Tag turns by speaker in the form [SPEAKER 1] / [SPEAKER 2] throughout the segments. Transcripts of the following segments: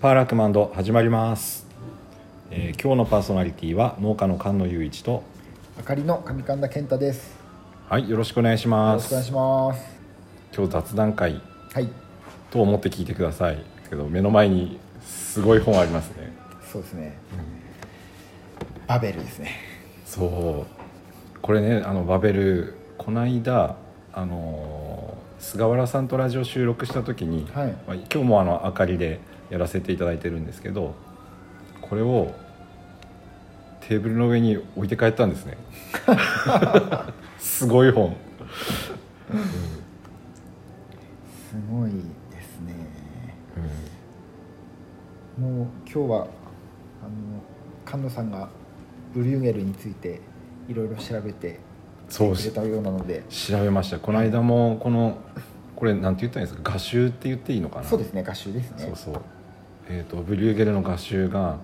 [SPEAKER 1] パーラークマンド始まります、えー今日のパーソナリティは農家の菅野雄一と
[SPEAKER 2] あかりの上神田健太です。
[SPEAKER 1] はいよろしくお願いし
[SPEAKER 2] よ
[SPEAKER 1] ま
[SPEAKER 2] ろしく
[SPEAKER 1] す
[SPEAKER 2] お願いします。
[SPEAKER 1] 今日雑談会
[SPEAKER 2] はい、
[SPEAKER 1] と思って聞いてくださいけど目の前にすごい本ありますね
[SPEAKER 2] そうですね。バベルですね。
[SPEAKER 1] そうこれねあのバベルこの間あのー菅原さんとラジオ収録した時に、
[SPEAKER 2] はい
[SPEAKER 1] まあ今日もあの明かりでやらせていただいてるんですけどこれをテーブルの上に置いて帰ったんですねすごい本
[SPEAKER 2] すごいですね。もう今日はあの菅野さんがブリューゲルについていろいろ調べて
[SPEAKER 1] そう
[SPEAKER 2] くれたようなので、
[SPEAKER 1] 調べましたこの間もこのこれなんて言ったらいいんですか画集って言っていいのかな
[SPEAKER 2] そうですね、合集です
[SPEAKER 1] そ
[SPEAKER 2] ね
[SPEAKER 1] う。そう、えー、とブリューゲルの合集が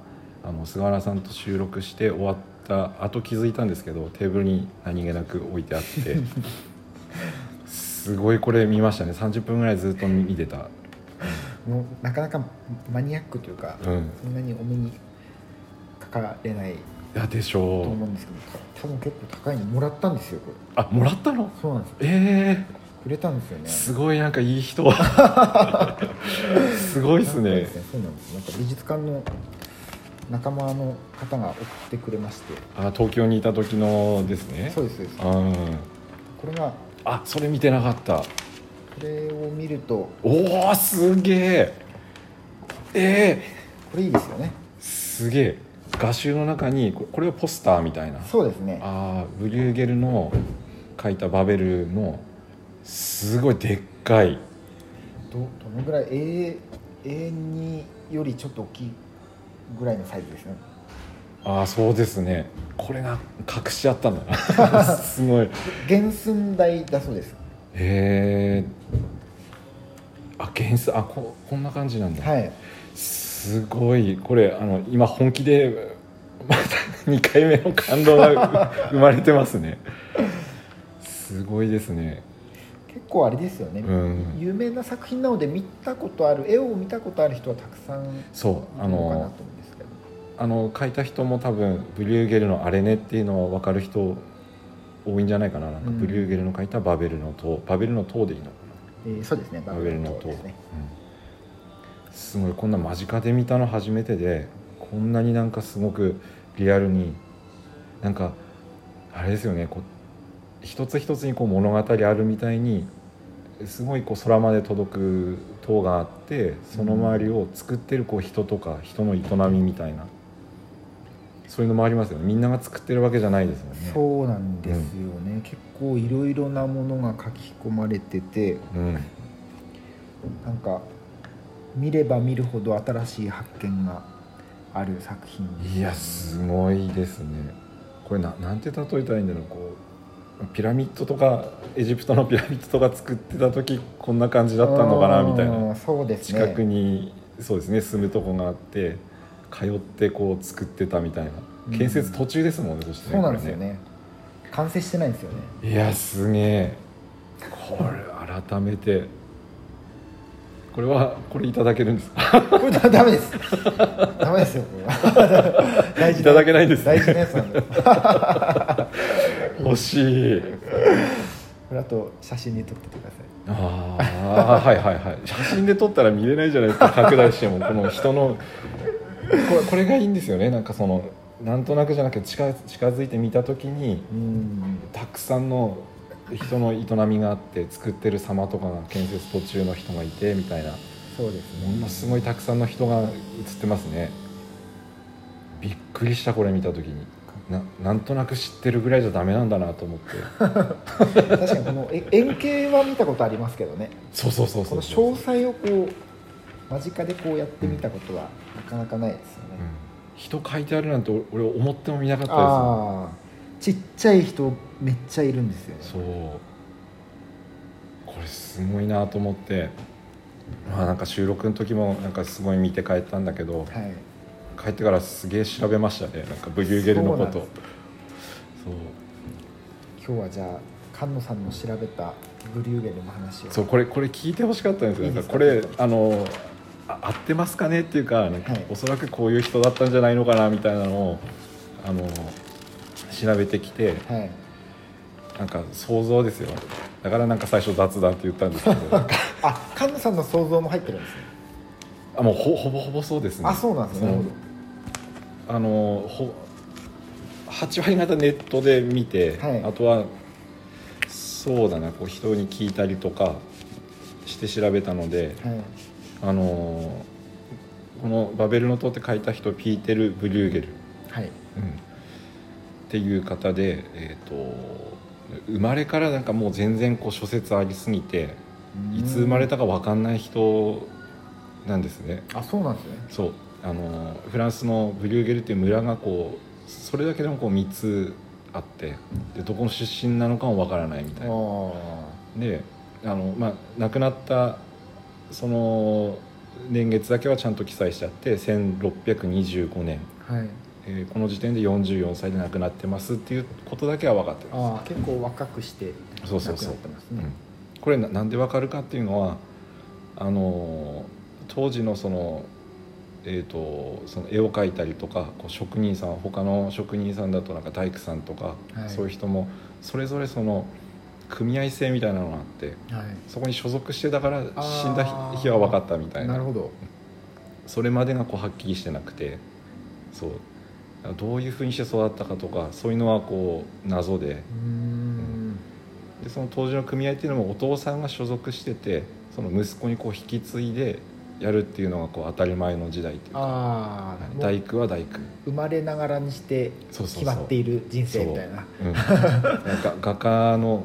[SPEAKER 1] あの菅原さんと収録して終わった後気づいたんですけどテーブルに何気なく置いてあって すごいこれ見ましたね30分ぐらいずっと見てた、
[SPEAKER 2] もうなかなかマニアックというか、
[SPEAKER 1] うん、
[SPEAKER 2] そんなにお目にかかれない
[SPEAKER 1] いやでし
[SPEAKER 2] と
[SPEAKER 1] ょ
[SPEAKER 2] 思
[SPEAKER 1] う
[SPEAKER 2] うんですけど、多分結構高いのもらったんですよ。これ
[SPEAKER 1] あもらったの
[SPEAKER 2] そうなんです。
[SPEAKER 1] え
[SPEAKER 2] くれたんですよ
[SPEAKER 1] ー、
[SPEAKER 2] ね。
[SPEAKER 1] すごいなんかいい 人すごいです
[SPEAKER 2] そう
[SPEAKER 1] ね
[SPEAKER 2] そうなんです。なんか美術館の仲間の方が送ってくれまして、
[SPEAKER 1] あ東京にいた時のですね
[SPEAKER 2] そうですそうです。こ
[SPEAKER 1] うん
[SPEAKER 2] れが
[SPEAKER 1] あそれ見てなかった
[SPEAKER 2] これを見ると
[SPEAKER 1] おおすげええー、
[SPEAKER 2] これいいですよね。
[SPEAKER 1] すげえ画集の中にここれはポスターみたいな
[SPEAKER 2] そうですね。
[SPEAKER 1] あーブリューゲルの描いたバベルのすごいでっかい
[SPEAKER 2] どどのぐらい永遠によりちょっと大きいぐらいのサイズですね。
[SPEAKER 1] ああそうですねこれが隠しあったんだ なすごいへ
[SPEAKER 2] 原寸大だそうです。
[SPEAKER 1] えあ原寸あここんな感じなんだ、
[SPEAKER 2] はい。
[SPEAKER 1] すごいこれあの今本気でまた2回目の感動がう生まれてますねすごいですね
[SPEAKER 2] 結構あれですよね。
[SPEAKER 1] うん
[SPEAKER 2] 有名な作品なので見たことある絵を見たことある人はたくさんいる
[SPEAKER 1] そうあ
[SPEAKER 2] のかな
[SPEAKER 1] の
[SPEAKER 2] と思うんですけど。
[SPEAKER 1] あの書いた人も多分ブリューゲルの「あれね」っていうのを分かる人多いんじゃないかななんか
[SPEAKER 2] うん
[SPEAKER 1] ブリューゲルの書いた「バベルの塔」バベルの塔でいいのか
[SPEAKER 2] えーそうですね。
[SPEAKER 1] な
[SPEAKER 2] バ
[SPEAKER 1] バ
[SPEAKER 2] ブ
[SPEAKER 1] ベ
[SPEAKER 2] ル
[SPEAKER 1] ルの
[SPEAKER 2] の
[SPEAKER 1] 塔
[SPEAKER 2] 塔ですね。
[SPEAKER 1] うんすごいこんな間近で見たの初めてでこんなになんかすごくリアルになんかあれですよねこう一つ一つにこう物語あるみたいにすごいこう空まで届く塔があってその周りを作ってるこう人とか人の営みみたいなそういうのもありますよねみんなが作ってるわけじゃないですもんね。
[SPEAKER 2] そうなんですよね、結構いろいろなものが書き込まれてて
[SPEAKER 1] うん
[SPEAKER 2] なんか見れば見るほど新しい発見がある作品
[SPEAKER 1] いやすごいですねこれななんて例えたらいいんだろうこうピラミッドとかエジプトのピラミッドとか作ってた時こんな感じだったのかなみたい
[SPEAKER 2] あ
[SPEAKER 1] な
[SPEAKER 2] ーそうですね
[SPEAKER 1] 近くにそうですね住むとこがあって通ってこう作ってたみたいな
[SPEAKER 2] うん
[SPEAKER 1] 建設途中ですもんね、そして
[SPEAKER 2] そうなんですよ
[SPEAKER 1] こ
[SPEAKER 2] ね完成してないんですよね
[SPEAKER 1] れねいやすげえこれ改めてこれはこれいただけるんですか
[SPEAKER 2] これダダメですダメですよこれは 大事
[SPEAKER 1] いただけないんですね
[SPEAKER 2] 大事なやつなんでこ
[SPEAKER 1] 欲しい
[SPEAKER 2] れあと写真に撮っててください
[SPEAKER 1] ああはいはいはい写真で撮ったら見れないじゃないですか拡大してもこの人のこれこれがいいんですよねなんかそのなんとなくじゃなくて近近づいて見た時に
[SPEAKER 2] うん
[SPEAKER 1] たくさんの人の営みがあって作ってる様とかが建設途中の人がいてみたいな
[SPEAKER 2] そうですね
[SPEAKER 1] ものすごいたくさんの人が映ってますねびっくりしたこれ見た時にななんとなく知ってるぐらいじゃダメなんだなと思って
[SPEAKER 2] 確かにこのえ円形は見たことありますけどね
[SPEAKER 1] そうそうそう
[SPEAKER 2] こ
[SPEAKER 1] そう
[SPEAKER 2] の
[SPEAKER 1] そう
[SPEAKER 2] 詳細をこう間近でこうやってみたことはなかなかないですよね、
[SPEAKER 1] うん人書いてあるなんて俺思ってもみなかったです
[SPEAKER 2] ああちっちゃい人めっちゃいるんですよね
[SPEAKER 1] そうこれすごいなと思って、まあ、なんか収録の時もなんかすごい見て帰ったんだけど
[SPEAKER 2] はい
[SPEAKER 1] 帰ってからすげえ調べましたねなんかブリューゲルのこと
[SPEAKER 2] そう
[SPEAKER 1] そ
[SPEAKER 2] な
[SPEAKER 1] うん
[SPEAKER 2] 今日はじゃあ菅野さんの調べたブリューゲルの話を
[SPEAKER 1] そうこれこれ聞いてほしかったんですよ
[SPEAKER 2] いい
[SPEAKER 1] な
[SPEAKER 2] で
[SPEAKER 1] ん
[SPEAKER 2] す
[SPEAKER 1] か
[SPEAKER 2] か
[SPEAKER 1] これあのあ合ってますかねっていうかなんか
[SPEAKER 2] はい
[SPEAKER 1] おそらくこういう人だったんじゃないのかなみたいなのをあの調べてきて
[SPEAKER 2] はい
[SPEAKER 1] なんか想像ですよだからなんか最初雑談って言ったんですけ ど
[SPEAKER 2] あ菅野さんの想像も入ってるんですね
[SPEAKER 1] あもうほほぼほぼそうですね
[SPEAKER 2] あそうなんですねなるほど
[SPEAKER 1] あのほ8割方ネットで見て、
[SPEAKER 2] はい
[SPEAKER 1] あとはそうだなこう人に聞いたりとかして調べたので、
[SPEAKER 2] はい
[SPEAKER 1] あのこの「バベルの塔」って書いた人ピーテル・ブリューゲル、
[SPEAKER 2] はい
[SPEAKER 1] っていう方で、えー、と生まれからなんかもう全然こう諸説ありすぎていつ生まれたか分かんない人なんですね。
[SPEAKER 2] あそうなんですね
[SPEAKER 1] そうあのフランスのブリューゲルっていう村がこうそれだけでもこう3つあってでどこの出身なのかもわからないみたいな
[SPEAKER 2] あ
[SPEAKER 1] であの、まあ、亡くなったその年月だけはちゃんと記載してあって1625年、
[SPEAKER 2] あはい
[SPEAKER 1] えーこの時点で44歳で亡くなってますっていうことだけは分かってます、
[SPEAKER 2] ああ結構若くして
[SPEAKER 1] そうそうそう
[SPEAKER 2] 亡くなってます
[SPEAKER 1] う
[SPEAKER 2] ね
[SPEAKER 1] ん、これななんでわかるかっていうのはあの当時のそのえー、とその絵を描いたりとかこう職人さん他の職人さんだとなんか大工さんとか、
[SPEAKER 2] はい
[SPEAKER 1] そういう人もそれぞれその組合制みたいなのがあって
[SPEAKER 2] はい
[SPEAKER 1] そこに所属してだから死
[SPEAKER 2] あー
[SPEAKER 1] んだ日日は分かったみたいな
[SPEAKER 2] なるほど
[SPEAKER 1] それまでがこうはっきりしてなくてそうどういうふうにして育ったかとかそういうのはこう謎で
[SPEAKER 2] うーん
[SPEAKER 1] でその当時の組合っていうのもお父さんが所属しててその息子にこう引き継いでやるっていうのがこう当たり前の時代っていうか
[SPEAKER 2] ああ
[SPEAKER 1] 大工は大工
[SPEAKER 2] 生まれながらにして
[SPEAKER 1] そうそうそう
[SPEAKER 2] 決まっている人生みたいな
[SPEAKER 1] うん、なんか画家の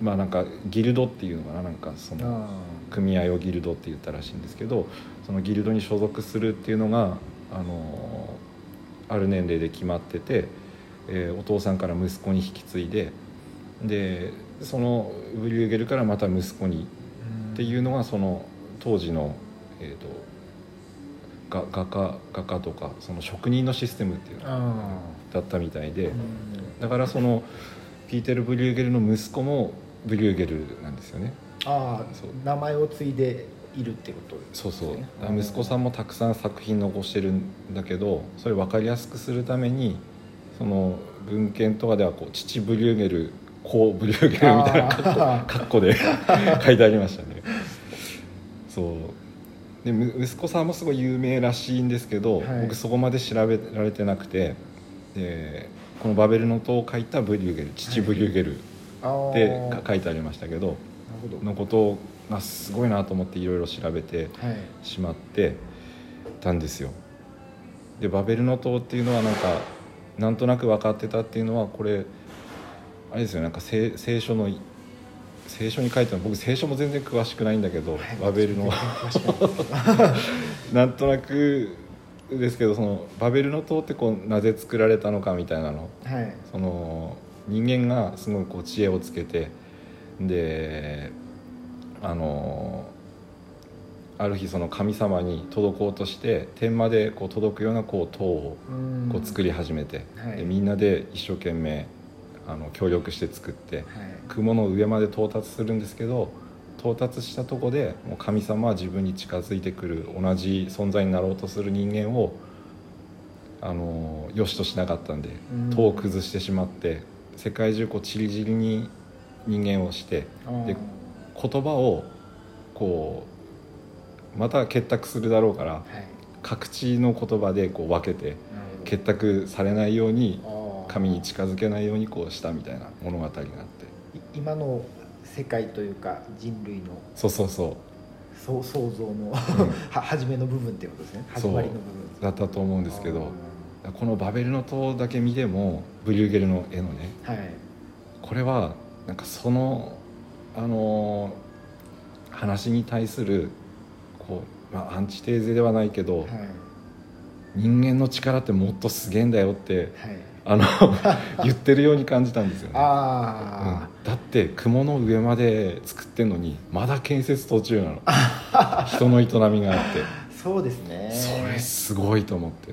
[SPEAKER 1] まあなんかギルドっていうのかななんかその
[SPEAKER 2] あ
[SPEAKER 1] 組合をギルドって言ったらしいんですけどそのギルドに所属するっていうのがあのある年齢で決まってて、えーお父さんから息子に引き継いででそのブリューゲルからまた息子に
[SPEAKER 2] ー
[SPEAKER 1] っていうのがその当時の、えー、とが画家画家とかその職人のシステムっていうの
[SPEAKER 2] あ
[SPEAKER 1] だったみたい
[SPEAKER 2] ー
[SPEAKER 1] で
[SPEAKER 2] うん
[SPEAKER 1] だからそのピーテル・ブリューゲルの息子もブリューゲルなんですよね
[SPEAKER 2] あ
[SPEAKER 1] そう
[SPEAKER 2] ー名前を継いでいるってことです
[SPEAKER 1] そうそう
[SPEAKER 2] ね
[SPEAKER 1] だから息子さんもたくさん作品残してるんだけどそれ分かりやすくするためにその文献とかではこう父ブリューゲル子ブリューゲルみたいな
[SPEAKER 2] あ
[SPEAKER 1] カッコで 書いてありましたねそうでむ息子さんもすごい有名らしいんですけど、
[SPEAKER 2] はい
[SPEAKER 1] 僕そこまで調べられてなくてでこの「バベルの塔」を書いたブリューゲル父ブリューゲル
[SPEAKER 2] あー
[SPEAKER 1] で
[SPEAKER 2] なる
[SPEAKER 1] 書いてありましたけど、
[SPEAKER 2] ほど
[SPEAKER 1] のことがすごいなと思っていろいろ調べて
[SPEAKER 2] はい
[SPEAKER 1] しまってたんですよでバベルの塔っていうのはなんかなんとなく分かってたっていうのはこれあれですよなんか聖聖書の聖書に書いてある僕聖書も全然詳しくないんだけど、
[SPEAKER 2] はい
[SPEAKER 1] バベルの なんとなくですけどそのバベルの塔ってこうなぜ作られたのかみたいなの
[SPEAKER 2] はい
[SPEAKER 1] その人間がすごいこう知恵をつけてであのある日その神様に届こうとして天までこう届くようなこう塔を
[SPEAKER 2] うん
[SPEAKER 1] こう作り始めて、
[SPEAKER 2] はい
[SPEAKER 1] でみんなで一生懸命あの協力して作って
[SPEAKER 2] はい
[SPEAKER 1] 雲の上まで到達するんですけど到達したとこでもう神様は自分に近づいてくる同じ存在になろうとする人間をあの良しとしなかったんで
[SPEAKER 2] うん
[SPEAKER 1] 塔を崩してしまって世界中こうちりぢりに人間をして
[SPEAKER 2] あー
[SPEAKER 1] で言葉をこうまた結託するだろうから
[SPEAKER 2] はい
[SPEAKER 1] 各地の言葉でこう分けて
[SPEAKER 2] なるほど
[SPEAKER 1] 結託されないように
[SPEAKER 2] あー
[SPEAKER 1] 神に近づけないようにこうしたみたいな物語があって
[SPEAKER 2] い今の世界というか人類の
[SPEAKER 1] そうそうそう
[SPEAKER 2] そう想像の、は初めの部分っていうことですね
[SPEAKER 1] そ
[SPEAKER 2] 始
[SPEAKER 1] う
[SPEAKER 2] まりの部分
[SPEAKER 1] だったと思うんですけどこの「バベルの塔」だけ見てもブリューゲルの絵のね
[SPEAKER 2] あーはい
[SPEAKER 1] これはなんかそのあのー話に対するこう、まあ、アンチテーゼではないけど、
[SPEAKER 2] はい
[SPEAKER 1] 人間の力ってもっとすげえんだよって
[SPEAKER 2] はい
[SPEAKER 1] あ の言ってるように感じたんですよね。
[SPEAKER 2] あ
[SPEAKER 1] うんだって雲の上まで作ってんのにまだ建設途中なの 人の営みがあ
[SPEAKER 2] あ、そうですね
[SPEAKER 1] ってそれすごいと思って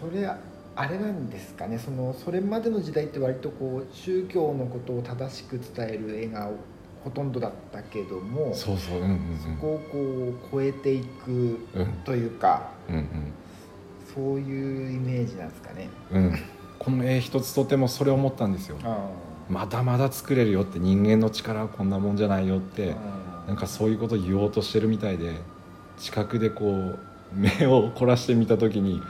[SPEAKER 2] それあれなんですかねそのそれまでの時代って割とこう宗教のことを正しく伝える映画をほとんどだったけどもそ
[SPEAKER 1] そうそううんうんうん
[SPEAKER 2] こをこう超えていく
[SPEAKER 1] うん
[SPEAKER 2] というか
[SPEAKER 1] うん
[SPEAKER 2] そういうイメージなんですかね。
[SPEAKER 1] うんうんこの絵一つとてもそれ思ったんですよ
[SPEAKER 2] あ
[SPEAKER 1] まだまだ作れるよって人間の力はこんなもんじゃないよっ
[SPEAKER 2] ー
[SPEAKER 1] て
[SPEAKER 2] あー
[SPEAKER 1] なんかそういうことを言おうとしてるみたいで近くでこう目を凝らしてみた時に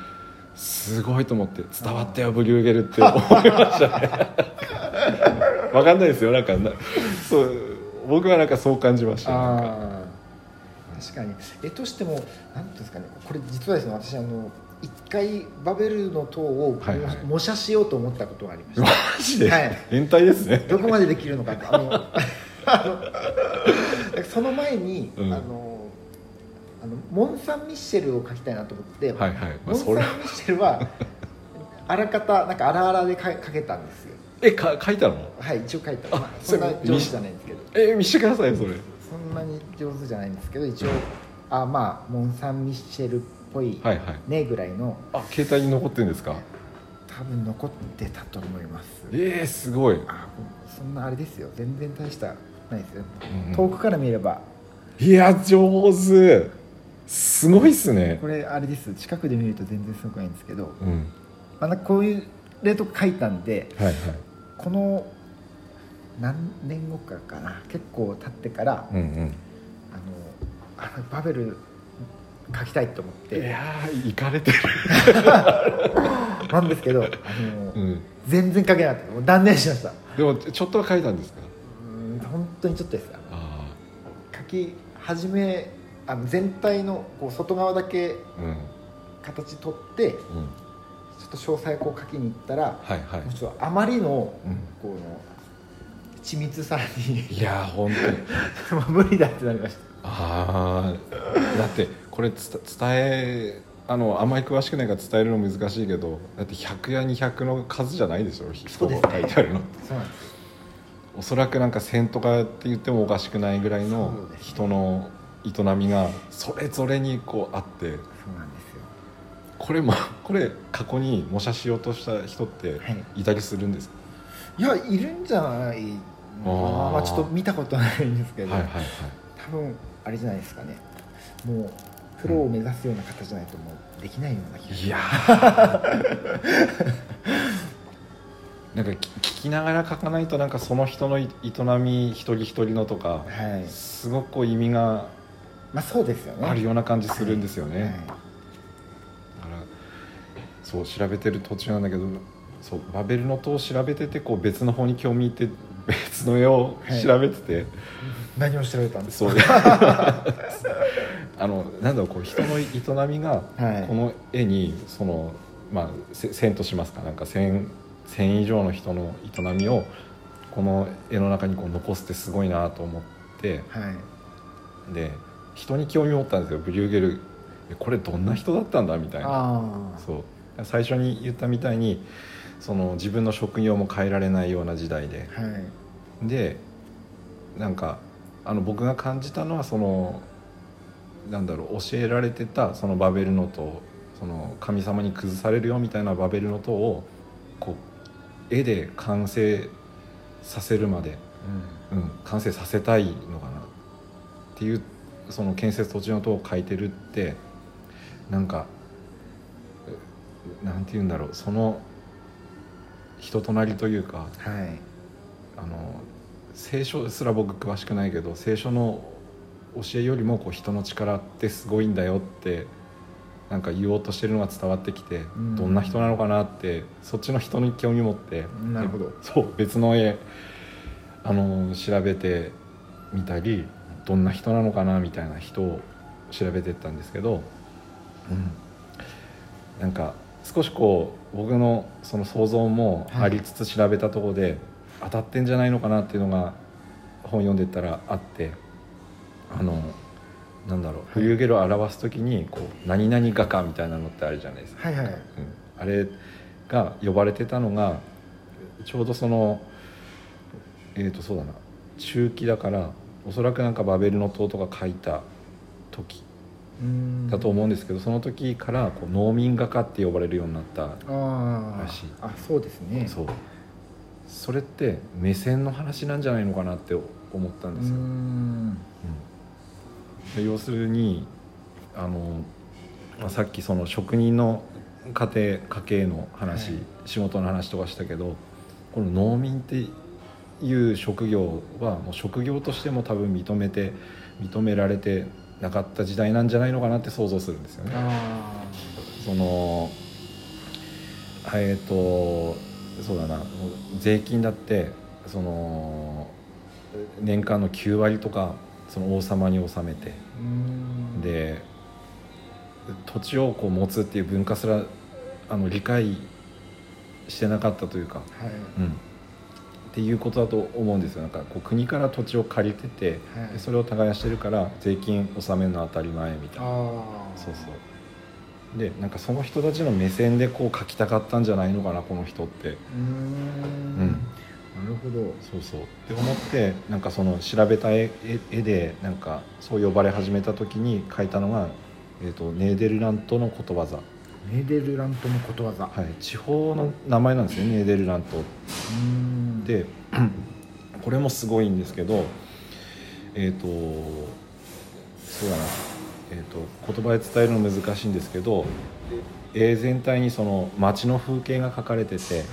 [SPEAKER 1] すごいと思って伝わったよブリューゲルって思いましたねわかんないですよなんかなそう僕はなんかそう感じましたなんか
[SPEAKER 2] あー確かに絵としても何ていうんですかねこれ実はですね私あの一回バベルの塔を
[SPEAKER 1] はいはい
[SPEAKER 2] 模写しようと思ったことがありました、
[SPEAKER 1] マジで、
[SPEAKER 2] はい
[SPEAKER 1] 変態ですね
[SPEAKER 2] どこまでできるのかっ てあのあのその前に、
[SPEAKER 1] うん
[SPEAKER 2] あのあのモン・サン・ミッシェルを描きたいなと思って、
[SPEAKER 1] はいはい、まあ、
[SPEAKER 2] モン・サン・
[SPEAKER 1] そ
[SPEAKER 2] ミ
[SPEAKER 1] れ
[SPEAKER 2] ッシェルはあらかたなんか荒々でか描けたんですよ
[SPEAKER 1] えか書いたの
[SPEAKER 2] はい一応描いた、まあ
[SPEAKER 1] あ
[SPEAKER 2] そんな
[SPEAKER 1] それ
[SPEAKER 2] 上手じゃないんですけど
[SPEAKER 1] え見せてくださいそれ
[SPEAKER 2] そんなに上手じゃないんですけど一応あまあモン・サン・ミッシェルっぽい
[SPEAKER 1] はいはい
[SPEAKER 2] ねぐらいの
[SPEAKER 1] あ携帯に残ってるんですか
[SPEAKER 2] 多分残ってたと思います
[SPEAKER 1] えー、すごい、うん
[SPEAKER 2] あそんなあれですよ全然大したないですよ
[SPEAKER 1] うん
[SPEAKER 2] 遠くから見れば
[SPEAKER 1] いや上手すごいっすね
[SPEAKER 2] これあれです近くで見ると全然すごくないんですけど
[SPEAKER 1] うん
[SPEAKER 2] まあなんかこういう例とか書いたんで
[SPEAKER 1] はいはい
[SPEAKER 2] この何年後かかな結構経ってから、
[SPEAKER 1] うんうん
[SPEAKER 2] あのあバベル書きたいと思っ
[SPEAKER 1] い
[SPEAKER 2] て
[SPEAKER 1] やー行かれてる、
[SPEAKER 2] なんですけどあの、
[SPEAKER 1] うん、
[SPEAKER 2] 全然書けなかったもう断念しました
[SPEAKER 1] でもちょっとは書いたんですか
[SPEAKER 2] うん本当にちょっとですあの
[SPEAKER 1] あ
[SPEAKER 2] 書き始めあの全体のこう外側だけ
[SPEAKER 1] あうんうん
[SPEAKER 2] 形取ってちょっと詳細こう書きに行ったら
[SPEAKER 1] はいはい
[SPEAKER 2] もう、ちょっとあまりの
[SPEAKER 1] う
[SPEAKER 2] この緻密さに
[SPEAKER 1] ん、いやー本当に
[SPEAKER 2] もう無理だってなりまし
[SPEAKER 1] ああだってこれつた伝えあのあんまり詳しくないから伝えるの難しいけどだって100や200の数じゃないでしょ人
[SPEAKER 2] そう
[SPEAKER 1] が
[SPEAKER 2] ですね
[SPEAKER 1] 書いてあるの
[SPEAKER 2] たそうなんです
[SPEAKER 1] おそらくなんか1000とかって言ってもおかしくないぐらいの
[SPEAKER 2] そうですね
[SPEAKER 1] 人の営みがそれぞれにこうあって
[SPEAKER 2] そうなんですよ
[SPEAKER 1] これも これ過去に模写しようとした人って
[SPEAKER 2] はい
[SPEAKER 1] いたりするんですか、
[SPEAKER 2] いやいるんじゃないのかな
[SPEAKER 1] あー
[SPEAKER 2] まあちょっと見たことないんですけど、
[SPEAKER 1] はいはいはい
[SPEAKER 2] 多分あれじゃないですかねもうプロを目指すような方じゃないともうできないような気がし
[SPEAKER 1] いやー なんか聞聞きながら書かないとなんかその人のい営み一人一人のとか
[SPEAKER 2] ますはい
[SPEAKER 1] すごくこう意味が
[SPEAKER 2] まあそうですよね
[SPEAKER 1] あるような感じするんですよね、
[SPEAKER 2] はい
[SPEAKER 1] だからそう調べてる途中なんだけどそうバベルの塔を調べててこう別の方に興味いって別の絵を
[SPEAKER 2] はい
[SPEAKER 1] 調べてて、
[SPEAKER 2] 何を調べたんですか
[SPEAKER 1] そう あのなんだろうこう人の営みが
[SPEAKER 2] はい
[SPEAKER 1] この絵にその、まあ、せ1000としますかなんか 1000, 1000以上の人の営みをこの絵の中にこう残すってすごいなと思って
[SPEAKER 2] はい
[SPEAKER 1] で人に興味を持ったんですよブリューゲルえこれどんな人だったんだみたいな。
[SPEAKER 2] ああ
[SPEAKER 1] そう最初に言ったみたいにその自分の職業も変えられないような時代で
[SPEAKER 2] はい
[SPEAKER 1] でなんかあの僕が感じたのはそのなんだろう教えられてたそのバベルの塔その神様に崩されるよみたいなバベルの塔をこう絵で完成させるまで、うん、完成させたいのかなっていうその建設途中の塔を描いてるってなんかえなんて言うんだろうその人となりというか
[SPEAKER 2] はい
[SPEAKER 1] あの聖書すら僕詳しくないけど聖書の教えよりもこう人の力ってすごいんだよってなんか言おうとしてるのが伝わってきて、
[SPEAKER 2] ん
[SPEAKER 1] どんな人なのかなってそっちの人に興味持って
[SPEAKER 2] なるほど
[SPEAKER 1] そう別の絵あの調べてみたりどんな人なのかなみたいな人を調べてったんですけど、うん、なんか少しこう僕のその想像もありつつ調べたところで、当たってんじゃないのかなっていうのが本読んでったらあってあのなんだろう「冬ゲル」を表す時にこう「何々画家」みたいなのってあるじゃないですか。
[SPEAKER 2] はいはいはい
[SPEAKER 1] うんあれが呼ばれてたのがちょうどそのえっ、とそうだな中期だからおそらくなんか「バベルの塔」とか書いた時
[SPEAKER 2] うん
[SPEAKER 1] だと思うんですけど、その時からこう農民画家って呼ばれるようになった、
[SPEAKER 2] あ
[SPEAKER 1] らしい
[SPEAKER 2] ああそうですね
[SPEAKER 1] そうそれって目線の話なんじゃないのかなって思ったん
[SPEAKER 2] う
[SPEAKER 1] ですよ、
[SPEAKER 2] ん
[SPEAKER 1] うん要するにあの、まあ、さっきその職人の家庭家計の話、
[SPEAKER 2] はい
[SPEAKER 1] 仕事の話とかしたけどこの農民っていう職業はもう職業としても多分認めて認められてなかった時代なんじゃないのかなって想像するんですよね。
[SPEAKER 2] あ
[SPEAKER 1] そのえっ、とそうだな税金だってその年間の9割とかその王様に納めて
[SPEAKER 2] ーうん
[SPEAKER 1] で土地をこう持つっていう文化すらあの理解してなかったというか、
[SPEAKER 2] はい
[SPEAKER 1] うん、っていうことだと思うんですよなんかこう国から土地を借りてて
[SPEAKER 2] はい
[SPEAKER 1] でそれを耕してるから税金納めるの当たり前みたいな。
[SPEAKER 2] ああ
[SPEAKER 1] そうそうでなんかその人たちの目線でこう書きたかったんじゃないのかなこの人って
[SPEAKER 2] うー
[SPEAKER 1] う
[SPEAKER 2] ん
[SPEAKER 1] ん
[SPEAKER 2] なるほど
[SPEAKER 1] そうそうって思ってなんかその調べた絵絵でなんかそう呼ばれ始めた時に書いたのが、えー、とネーデルラントのことわざ、は
[SPEAKER 2] ネーデルラントのことわざう
[SPEAKER 1] い、地方の名前なんですよねネーデルラント
[SPEAKER 2] ーん
[SPEAKER 1] で これもすごいんですけどえっ、とそうだな、えー、と言葉で伝えるの難しいんですけど絵全体にその街の風景が描かれてて
[SPEAKER 2] はい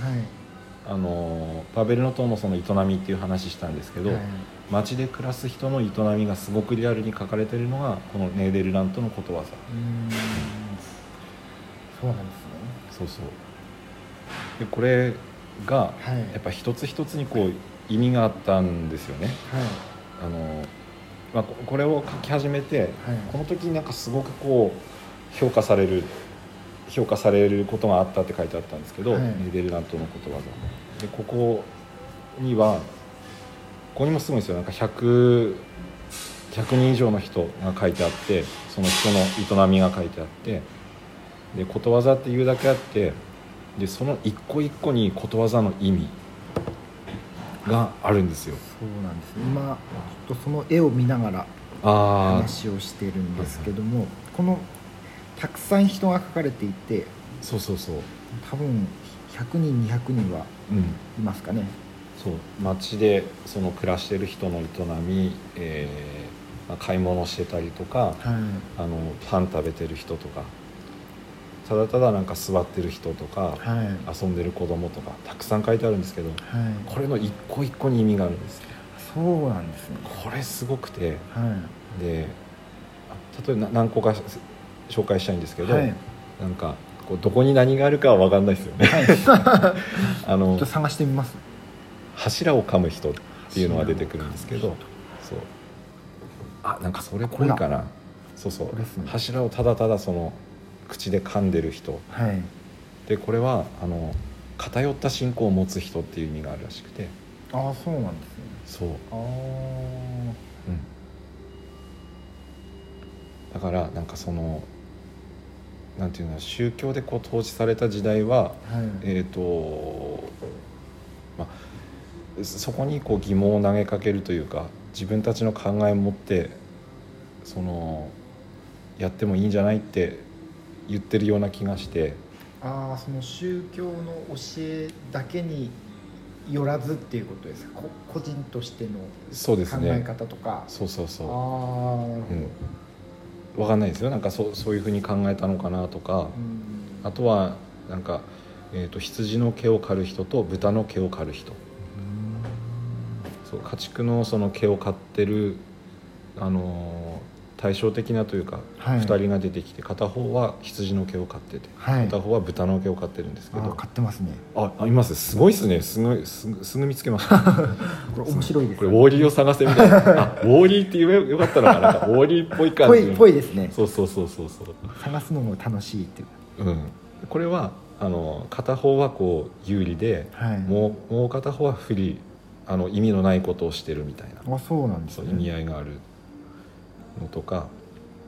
[SPEAKER 1] あのパベルの塔のその営みっていう話したんですけど、
[SPEAKER 2] はい
[SPEAKER 1] 街で暮らす人の営みがすごくリアルに書かれてるのがこのネーデルラントのことわざ
[SPEAKER 2] うーんそうなんですね
[SPEAKER 1] そうそうでこれが
[SPEAKER 2] はい
[SPEAKER 1] やっぱ一つ一つにこう意味があったんですよね
[SPEAKER 2] はい
[SPEAKER 1] あの、まあ、ここれを書き始めて
[SPEAKER 2] はい
[SPEAKER 1] この時になんかすごくこう評価される評価されることがあったって書いてあったんですけど、
[SPEAKER 2] はい
[SPEAKER 1] ネーデルラントのことわざでここにはここにもすごいんですよなんか 100, 100人以上の人が書いてあってその人の営みが書いてあってでことわざっていうだけあってでその一個一個にことわざの意味があるんですよ。
[SPEAKER 2] そうなんですね今ちょっとその絵を見ながら
[SPEAKER 1] あー
[SPEAKER 2] 話をしてるんですけどもこのたくさん人が書かれていて
[SPEAKER 1] そうそうそう、
[SPEAKER 2] 多分100人200人は
[SPEAKER 1] うん、
[SPEAKER 2] いますかね
[SPEAKER 1] そう街でその暮らしてる人の営み、えーまあ買い物してたりとか
[SPEAKER 2] は
[SPEAKER 1] あのパン食べてる人とかただただなんか座ってる人とか
[SPEAKER 2] はいはい
[SPEAKER 1] 遊んでる子供とかたくさん書いてあるんですけどこれの一個一個に意味があるんです
[SPEAKER 2] そうなんですね
[SPEAKER 1] これすごくて
[SPEAKER 2] は
[SPEAKER 1] であ例えばな何個か紹介したいんですけ
[SPEAKER 2] い
[SPEAKER 1] ど、
[SPEAKER 2] はい
[SPEAKER 1] なんかこうどこに何があるかは分かんないですよね あ
[SPEAKER 2] ちょ
[SPEAKER 1] の
[SPEAKER 2] っと探してみます
[SPEAKER 1] 柱を噛む人っていうのが出てくるんですけどそうあなんかそれっぽいかなそうそう
[SPEAKER 2] これですね
[SPEAKER 1] 柱をただただその口で噛んでる人
[SPEAKER 2] はい
[SPEAKER 1] でこれはあの偏った信仰を持つ人っていう意味があるらしくて
[SPEAKER 2] ああそうなんです
[SPEAKER 1] そ
[SPEAKER 2] ね
[SPEAKER 1] う、うん、
[SPEAKER 2] ああ
[SPEAKER 1] だからなんかそのなんていうの宗教でこう統治された時代は
[SPEAKER 2] はい
[SPEAKER 1] えーとまあ、そこにこう疑問を投げかけるというか自分たちの考えを持ってそのやってもいいんじゃないって言ってるような気がして
[SPEAKER 2] ああその宗教の教えだけによらずっていうことですかこ個人としての
[SPEAKER 1] そうです
[SPEAKER 2] 考え
[SPEAKER 1] ね
[SPEAKER 2] 方とか、
[SPEAKER 1] そうそう
[SPEAKER 2] ああ
[SPEAKER 1] そう、
[SPEAKER 2] なるほ
[SPEAKER 1] う
[SPEAKER 2] ど
[SPEAKER 1] ん、分かんないですよなんかそうそういうふうに考えたのかなとか
[SPEAKER 2] うん
[SPEAKER 1] あとはなんか、えー、と羊の毛を刈る人と豚の毛を刈る人そう家畜のその毛を刈ってる、あのー対照的なというか、
[SPEAKER 2] はい
[SPEAKER 1] 2人が出てきて片方は羊の毛を刈ってて
[SPEAKER 2] はい
[SPEAKER 1] 片方は豚の毛を刈ってるんですけ
[SPEAKER 2] あー
[SPEAKER 1] ど
[SPEAKER 2] 買ってますね
[SPEAKER 1] ああいますすごいですねすごいすぐすぐ見つけま したこ
[SPEAKER 2] これ面白いです
[SPEAKER 1] れウ
[SPEAKER 2] ね
[SPEAKER 1] ォーリーを探せみた いなあウォーリーって言えばよかったのかななんかウォーリーっぽい感
[SPEAKER 2] ぽ
[SPEAKER 1] じ
[SPEAKER 2] いぽいですね
[SPEAKER 1] そうそうそうそうそう
[SPEAKER 2] 探すのも楽しいっていう
[SPEAKER 1] うんこれはあの片方はこう有利で
[SPEAKER 2] はい
[SPEAKER 1] もうもう片方は不利あの意味のないことをしてるみたいな
[SPEAKER 2] あそうなんです
[SPEAKER 1] そう
[SPEAKER 2] ね
[SPEAKER 1] 意味合いがあるのとか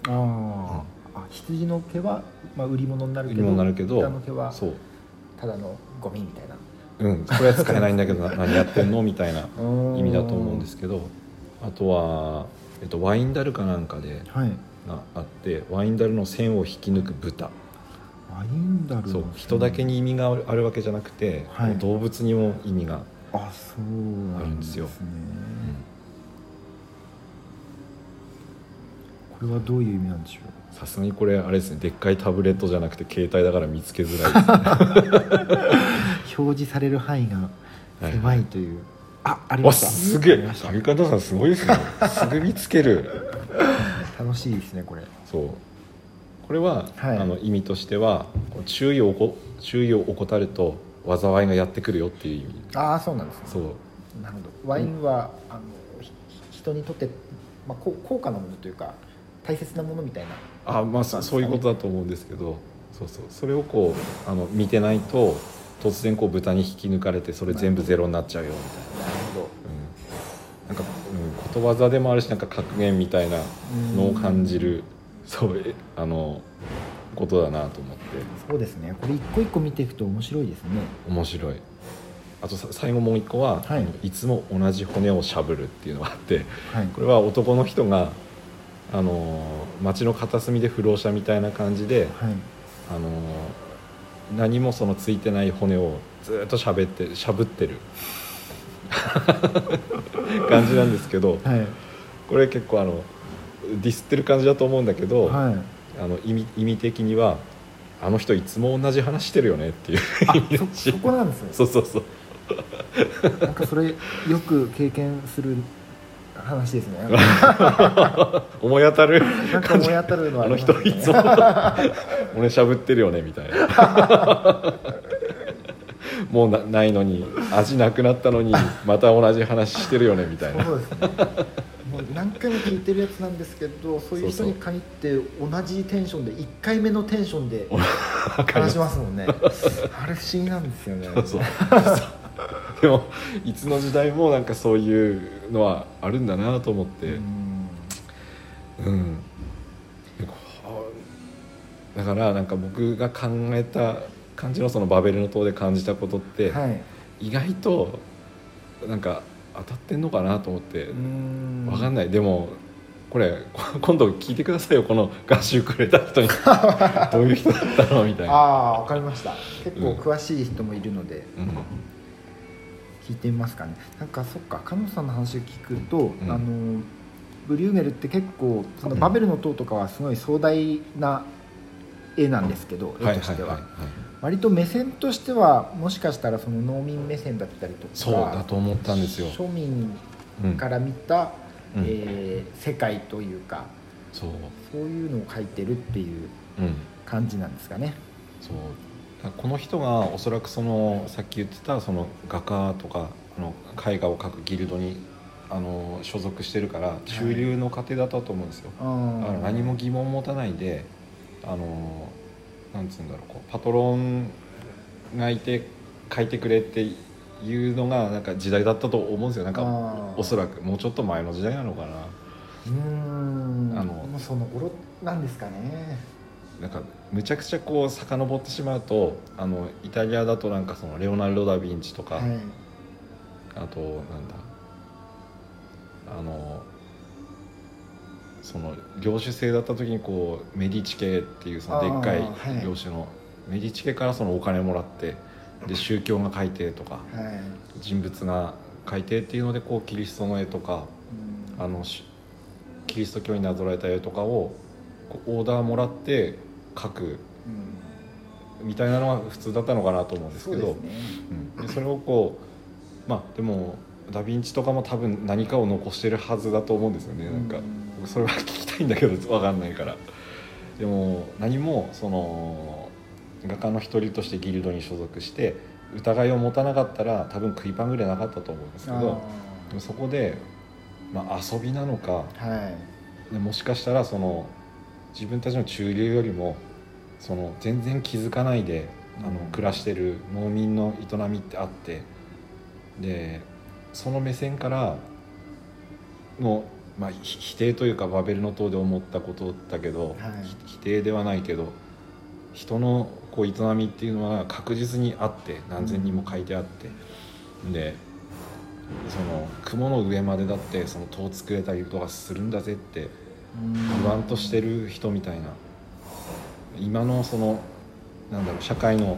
[SPEAKER 2] あー、あ羊の毛は、まあ、売り物になるけ
[SPEAKER 1] 売り
[SPEAKER 2] ど
[SPEAKER 1] 物になるけど
[SPEAKER 2] 豚の毛は
[SPEAKER 1] そう、
[SPEAKER 2] ただのゴミみたいな
[SPEAKER 1] うん、これは使えないんだけどな何やってんのみたいな意
[SPEAKER 2] 意
[SPEAKER 1] 味だと思うんですけどあとは、えっと、ワインダルかなんかで
[SPEAKER 2] はい
[SPEAKER 1] があってワインダルの線を引き抜く豚
[SPEAKER 2] ワインダルの
[SPEAKER 1] そう人だけに意味があるあるわけじゃなくて、
[SPEAKER 2] はい
[SPEAKER 1] 動物にも意味が、
[SPEAKER 2] あそうなんですね
[SPEAKER 1] あるんですようん
[SPEAKER 2] これはどういう意味なんでしょう
[SPEAKER 1] さすがにこれあれですねでっかいタブレットじゃなくて携帯だから見つけづらいですね
[SPEAKER 2] 表示される範囲が狭いという、ああり
[SPEAKER 1] わ
[SPEAKER 2] ました
[SPEAKER 1] すげ
[SPEAKER 2] あり
[SPEAKER 1] え
[SPEAKER 2] ました
[SPEAKER 1] 旅方さんすごいですねすぐ見つける
[SPEAKER 2] 楽しいですねこれ
[SPEAKER 1] そうこれは、
[SPEAKER 2] はい
[SPEAKER 1] あの意味としてはこう注意をおこ注意を怠ると災いがやってくるよっていう意味
[SPEAKER 2] ああそうなんですね
[SPEAKER 1] そう
[SPEAKER 2] なるほどワインは、あのひひ人にとって、まあ、こう高価なものというか大切なものみたいな
[SPEAKER 1] あまあそそういうことだと思うんですけどそうそうそれをこうあの見てないと突然こう豚に引き抜かれてそれ全部ゼロになっちゃうよみ
[SPEAKER 2] なるほど
[SPEAKER 1] たいな,、うん、なんか、うん、ことわざでもあるしなんか格言みたいなのを感じるそうえあのことだなと思って
[SPEAKER 2] そうですねこれ一個一個見ていくと面白いですね
[SPEAKER 1] 面白いあとさ最後もう一個は、
[SPEAKER 2] はい
[SPEAKER 1] い、つも同じ骨をしゃぶるっていうのがあって
[SPEAKER 2] はい
[SPEAKER 1] これは男の人があの街の片隅で不老者みたいな感じで
[SPEAKER 2] はい
[SPEAKER 1] あの何もそのついてない骨をずっとしゃべってしゃぶ ってる感じなんですけど
[SPEAKER 2] はい
[SPEAKER 1] これ結構あのディスってる感じだと思うんだけど、
[SPEAKER 2] はい
[SPEAKER 1] あの意味意味的にはあの人いつも同じ話してるよねっていう
[SPEAKER 2] あ
[SPEAKER 1] 意味だ
[SPEAKER 2] そ
[SPEAKER 1] し
[SPEAKER 2] そこなんです
[SPEAKER 1] そ
[SPEAKER 2] ね
[SPEAKER 1] うそうそう
[SPEAKER 2] なんかそれよく経験する話で すね
[SPEAKER 1] 思い当たる
[SPEAKER 2] なんか
[SPEAKER 1] 感
[SPEAKER 2] 思い
[SPEAKER 1] じ
[SPEAKER 2] 当たるのは
[SPEAKER 1] あ
[SPEAKER 2] あ
[SPEAKER 1] の
[SPEAKER 2] りま
[SPEAKER 1] 人
[SPEAKER 2] すね
[SPEAKER 1] いつも俺しゃぶってるよねみたいな もうなないのに味なくなったのにまた同じ話してるよねみたいな
[SPEAKER 2] そうですねもう何回も聞いてるやつなんですけどそういう人に限って同じテンションで1回目のテンションで
[SPEAKER 1] わかりま
[SPEAKER 2] 話
[SPEAKER 1] す
[SPEAKER 2] します もんねあれ不思議なんですよね
[SPEAKER 1] そうそうでもいつの時代もなんかそういうのはあるんだなと思って
[SPEAKER 2] う、ん
[SPEAKER 1] うん、こうだからなんか僕が考えた感じのそのバベルの塔で感じたことって、
[SPEAKER 2] はい
[SPEAKER 1] 意外となんか当たってんのかなと思って、
[SPEAKER 2] うん
[SPEAKER 1] わかん
[SPEAKER 2] い
[SPEAKER 1] ないでもこれ こ今度聞いてくださいよこの合集くれた人 にどういう人だったのみたい
[SPEAKER 2] あ
[SPEAKER 1] な、
[SPEAKER 2] あ分かりました結構詳しい人もいるので
[SPEAKER 1] うん、
[SPEAKER 2] 聞いてみますかねなんかそっか菅野さんの話を聞くと、
[SPEAKER 1] うん
[SPEAKER 2] あのブリューネルって結構その
[SPEAKER 1] うん
[SPEAKER 2] バベルの塔とかはすごい壮大な絵なんですけど、絵としては。割と目線としてはもしかしたらその農民目線だったりとか
[SPEAKER 1] そうだと思ったんですよ、
[SPEAKER 2] 庶民
[SPEAKER 1] うん
[SPEAKER 2] から見た、
[SPEAKER 1] うん
[SPEAKER 2] えー世界というか
[SPEAKER 1] そう、
[SPEAKER 2] そういうのを描いてるっていう
[SPEAKER 1] うん、
[SPEAKER 2] 感じなんですかね。
[SPEAKER 1] そうだからこの人がおそらくそのさっき言ってたその画家とかあの絵画を描くギルドにあの所属してるから中流の家庭だったと思うんですよ、
[SPEAKER 2] あ
[SPEAKER 1] だから
[SPEAKER 2] ー
[SPEAKER 1] 何も疑問を持たないであのなんつうんだろうこうパトロンがいて書いてくれっていうのがなんか時代だったと思うんですよなん
[SPEAKER 2] あ
[SPEAKER 1] か
[SPEAKER 2] ー
[SPEAKER 1] おそらくもうちょっと前の時代なのかな
[SPEAKER 2] うーん
[SPEAKER 1] あの
[SPEAKER 2] もうその頃なんですかね。
[SPEAKER 1] なんかむちゃくちゃこう遡ってしまうとあのイタリアだとなんかそのレオナルド・ダ・ヴィンチとか、
[SPEAKER 2] はい、
[SPEAKER 1] あとなんだあのその領主制だった時にこうメディチ家っていうそのでっか
[SPEAKER 2] あーはい
[SPEAKER 1] い領主の、メディチ家からそのお金もらってで宗教が書いてとか
[SPEAKER 2] はい
[SPEAKER 1] 人物が書いてっていうのでこうキリストの絵とか
[SPEAKER 2] うん
[SPEAKER 1] あのしキリスト教になぞらえた絵とかをこうオーダーもらって描くみたいなのが普通だったのかなと思うん
[SPEAKER 2] うん
[SPEAKER 1] です
[SPEAKER 2] そう
[SPEAKER 1] け
[SPEAKER 2] で
[SPEAKER 1] ど
[SPEAKER 2] すね。
[SPEAKER 1] うんでそれをこうまあでもダ・ヴィンチとかも多分何かを残してるはずだと思うんですよねなんか
[SPEAKER 2] う
[SPEAKER 1] 僕それは聞きたいんだけど分かんないからでも何もその画家の一人としてギルドに所属して疑いを持たなかったら多分食いパンぐれなかったと思うんですけどでもそこで、まあ、遊びなのか
[SPEAKER 2] あーはい。
[SPEAKER 1] でもしかしたらその自分たちの中流よりもその全然気づかないであの
[SPEAKER 2] うん
[SPEAKER 1] 暮らしてる農民の営みってあってでその目線からの、まあ、ひ否定というかバベルの塔で思ったことだけど、
[SPEAKER 2] はい
[SPEAKER 1] ひ否定ではないけど人のこう営みっていうのは確実にあって何千人も書いてあって、でその雲の上までだってその塔を作れたりとかするんだぜって
[SPEAKER 2] うん
[SPEAKER 1] 不安としてる人みたいな今のそのなんだろう社会の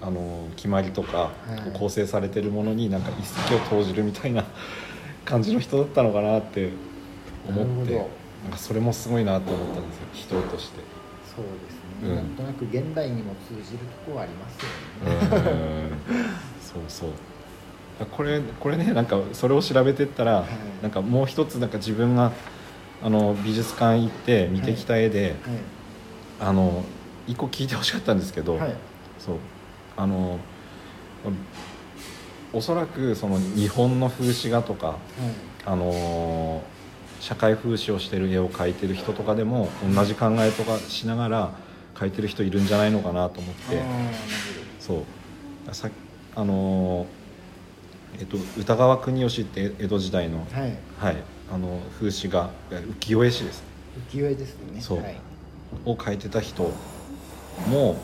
[SPEAKER 1] あの決まりとか、
[SPEAKER 2] はい
[SPEAKER 1] 構成されてるものになんか 一石を投じるみたいな感じの人だったのかなって思っ
[SPEAKER 2] なる
[SPEAKER 1] て
[SPEAKER 2] ほ
[SPEAKER 1] なんかそれもすごいなと思ったんですよ人として
[SPEAKER 2] そうで
[SPEAKER 1] う
[SPEAKER 2] すね、
[SPEAKER 1] ん
[SPEAKER 2] なんとなく現代にも通じるとこはありますよね
[SPEAKER 1] うん そうそうこれこれねなんかそれを調べてったら、
[SPEAKER 2] い
[SPEAKER 1] なんかもう一つなんか自分があの美術館行って見てきた絵で、あの一個聞いてほしかったんですけど、
[SPEAKER 2] はい、はい、
[SPEAKER 1] そうあのおそらくその日本の風刺画とか、あの社会風刺をしてる絵を描いてる人とかでも同じ考えとかしながら描いてる人いるんじゃないのかなと思っ
[SPEAKER 2] ああ
[SPEAKER 1] て
[SPEAKER 2] なる
[SPEAKER 1] そうさあのえっと歌川国芳って江戸時代の、
[SPEAKER 2] ほどはい
[SPEAKER 1] はい、あの風刺画いや浮世絵師ですね
[SPEAKER 2] 浮世絵ですね
[SPEAKER 1] そう
[SPEAKER 2] はい、
[SPEAKER 1] を書いてた人も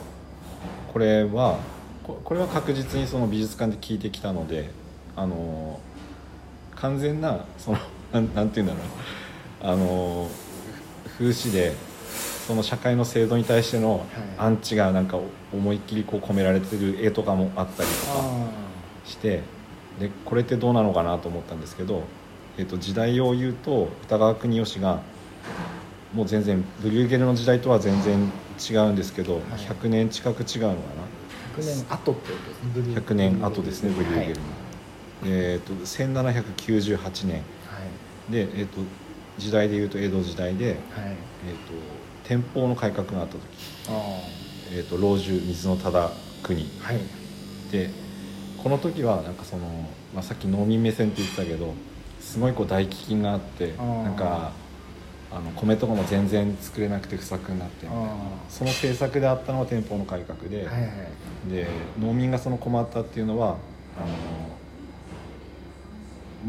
[SPEAKER 1] これはここれは確実にその美術館で聞いてきたのであの完全なその なんなんて言うんだろうあのふ風刺でその社会の制度に対しての
[SPEAKER 2] はい
[SPEAKER 1] アンチがなんか思いっきりこう込められてる絵とかもあったりとか。
[SPEAKER 2] あ
[SPEAKER 1] してでこれってどうなのかなと思ったんですけど、えっと時代を言うと歌川国芳がもう全然ブリューゲルの時代とは全然違うんですけど、100年近く違うのか
[SPEAKER 2] あ100年後ってことですねブリュ
[SPEAKER 1] な
[SPEAKER 2] ー
[SPEAKER 1] 100年後ですねブリュー
[SPEAKER 2] は
[SPEAKER 1] ゲル
[SPEAKER 2] い、はい
[SPEAKER 1] の、えっと1798年で、えっと時代で言うと江戸時代で、えっと
[SPEAKER 2] はい、
[SPEAKER 1] 天保の改革があった時、
[SPEAKER 2] あ
[SPEAKER 1] えっと老中水野忠国
[SPEAKER 2] あはい
[SPEAKER 1] でこの時はなんかその、まあ、さっき農民目線って言ってたけどすごいこう大飢饉があって
[SPEAKER 2] あー
[SPEAKER 1] なんかあの米とかも全然作れなくて不作になってみたいな
[SPEAKER 2] あ
[SPEAKER 1] その政策であったのは天保の改革で,、
[SPEAKER 2] あはいはい
[SPEAKER 1] で農民がその困ったっていうのはあ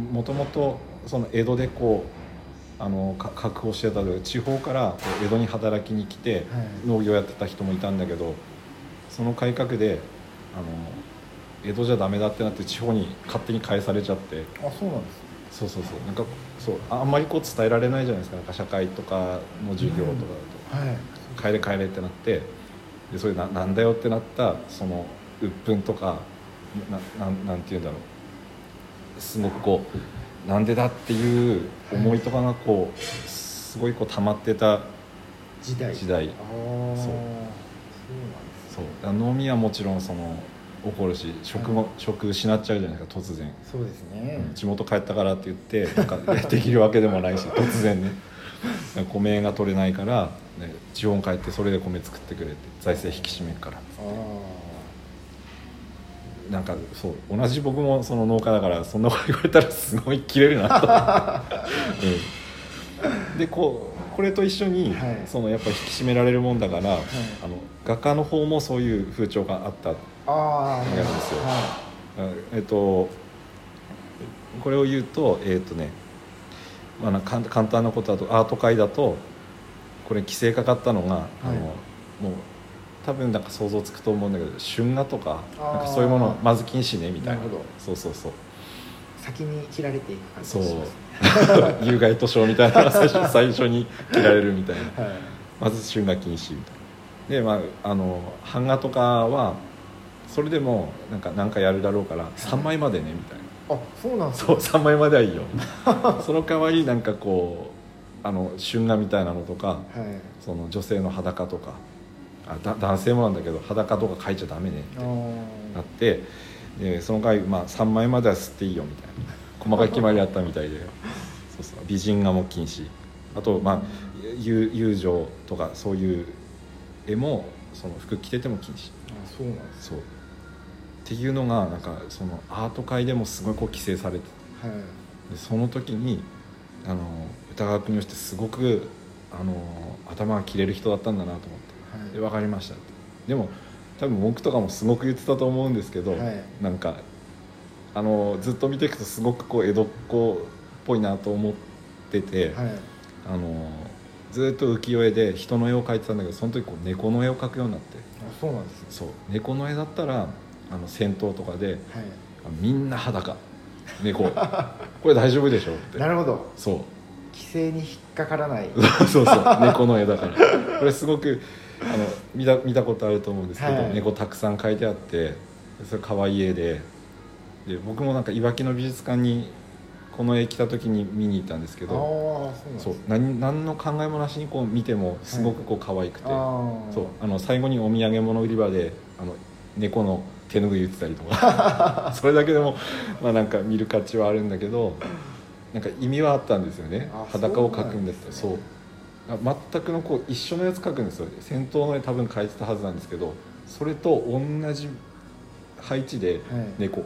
[SPEAKER 1] のもともとその江戸でこうあのか確保してたけど地方からこう江戸に働きに来て、
[SPEAKER 2] はい
[SPEAKER 1] 農業やってた人もいたんだけどその改革であの江戸じゃダメだってなって地方に勝手に返されちゃって
[SPEAKER 2] あそうなんですね
[SPEAKER 1] そうそうそうなんかそうああんまりこう伝えられないじゃないですかなんか社会とかの授業とかだと、
[SPEAKER 2] はい
[SPEAKER 1] 帰れ帰れってなってでそれななんだよってなったその鬱憤とかななんなんて言うんだろうすごくこうなんでだっていう思いとかがこうすごいこう溜まってた
[SPEAKER 2] 時代
[SPEAKER 1] 時代
[SPEAKER 2] ああそう
[SPEAKER 1] そう
[SPEAKER 2] そう
[SPEAKER 1] そうだから農民はもちろんその怒るし職も、
[SPEAKER 2] はい
[SPEAKER 1] 職失っちゃうじゃないですか突然、
[SPEAKER 2] なんですそうですね、
[SPEAKER 1] 地元帰ったからって言ってなんかできるわけでもない し突然ね米が取れないから、ね、地方に帰ってそれで米作ってくれって財政引き締めるから
[SPEAKER 2] ああ
[SPEAKER 1] なんかそう同じ僕もその農家だからそんなこと言われたらすごい切れるな と、うん、でこうこれと一緒に、
[SPEAKER 2] はい
[SPEAKER 1] そのやっぱ引き締められるもんだから、あの画家の方もそういう風潮があった
[SPEAKER 2] ああなるほど
[SPEAKER 1] やるんですよ
[SPEAKER 2] は
[SPEAKER 1] あえっとこれを言うとえっとね、まあ、なんか簡簡単なことだとアート界だとこれ規制かかったのが、あの
[SPEAKER 2] はい
[SPEAKER 1] もう多分なんか想像つくと思うんだけど春画とか
[SPEAKER 2] あー
[SPEAKER 1] なんかそういうものまず禁止ねみたいな
[SPEAKER 2] なるほど
[SPEAKER 1] そうそうそう
[SPEAKER 2] い先に切られていく感じ
[SPEAKER 1] そう
[SPEAKER 2] がしますね
[SPEAKER 1] 有害図書みたいなのが最初最初に切られるみたいな
[SPEAKER 2] はい
[SPEAKER 1] まず春画禁止みたいなでまああの版画とかはそれでもなんかなんかやるだろうから3枚までねみたいな。
[SPEAKER 2] あそうなんです
[SPEAKER 1] そ
[SPEAKER 2] か
[SPEAKER 1] う3枚まではいいよその代わりなんかこうあの春画みたいなのとか
[SPEAKER 2] はい
[SPEAKER 1] その女性の裸とかあだ男性もなんだけど裸とか描いちゃダメね
[SPEAKER 2] あ
[SPEAKER 1] なってでその代わり、まあ、3枚までは吸っていいよみたいな細かい決まりあったみたいでそうそう美人画も禁止あと、まあ、友友情とかそういう絵もその服着てても禁止
[SPEAKER 2] あそうなんです
[SPEAKER 1] そうっていうのがなんかそのアート界でもすごいこう規制されてて
[SPEAKER 2] はい
[SPEAKER 1] でその時にあの歌川国芳ってすごくあの頭が切れる人だったんだなと思って「で
[SPEAKER 2] は
[SPEAKER 1] 分かりました」ってでも多分文句とかもすごく言ってたと思うんですけど、
[SPEAKER 2] はい
[SPEAKER 1] なんかあのずっと見ていくとすごくこう江戸っ子っぽいなと思ってて、
[SPEAKER 2] いはい
[SPEAKER 1] あのずっと浮世絵で人の絵を描いてたんだけどその時こう猫の絵を描くようになって
[SPEAKER 2] あそうなんですね
[SPEAKER 1] そう猫の絵だったらあの戦闘とかで
[SPEAKER 2] はい
[SPEAKER 1] あみんな裸 猫これ大丈夫でしょって
[SPEAKER 2] なるほど
[SPEAKER 1] そう
[SPEAKER 2] 規制に引っかからない
[SPEAKER 1] そうそう猫の絵だからこれすごくあの見た見たことあると思うんですけど、
[SPEAKER 2] はい
[SPEAKER 1] 猫たくさん描いてあってそれ可愛い絵でで僕もなんかいわきの美術館にこの絵来た時に見に行ったんですけ
[SPEAKER 2] ああ
[SPEAKER 1] ど
[SPEAKER 2] そうなんです
[SPEAKER 1] そう何何の考えもなしにこう見てもすごくこう可愛くて、
[SPEAKER 2] ああ
[SPEAKER 1] そうあの最後にお土産物売り場であの猫の手拭い売ってたりとか それだけでもまあなんか見る価値はあるんだけどなんか意味はあったんですよね
[SPEAKER 2] あ
[SPEAKER 1] 裸を描
[SPEAKER 2] そう
[SPEAKER 1] く
[SPEAKER 2] なんん
[SPEAKER 1] で
[SPEAKER 2] ですす
[SPEAKER 1] よ
[SPEAKER 2] ね
[SPEAKER 1] そうあ全くのこう一緒のやつ描くんですよ戦闘の絵多分描いてたはずなんですけどそれと同じ配置で
[SPEAKER 2] はい
[SPEAKER 1] 猫、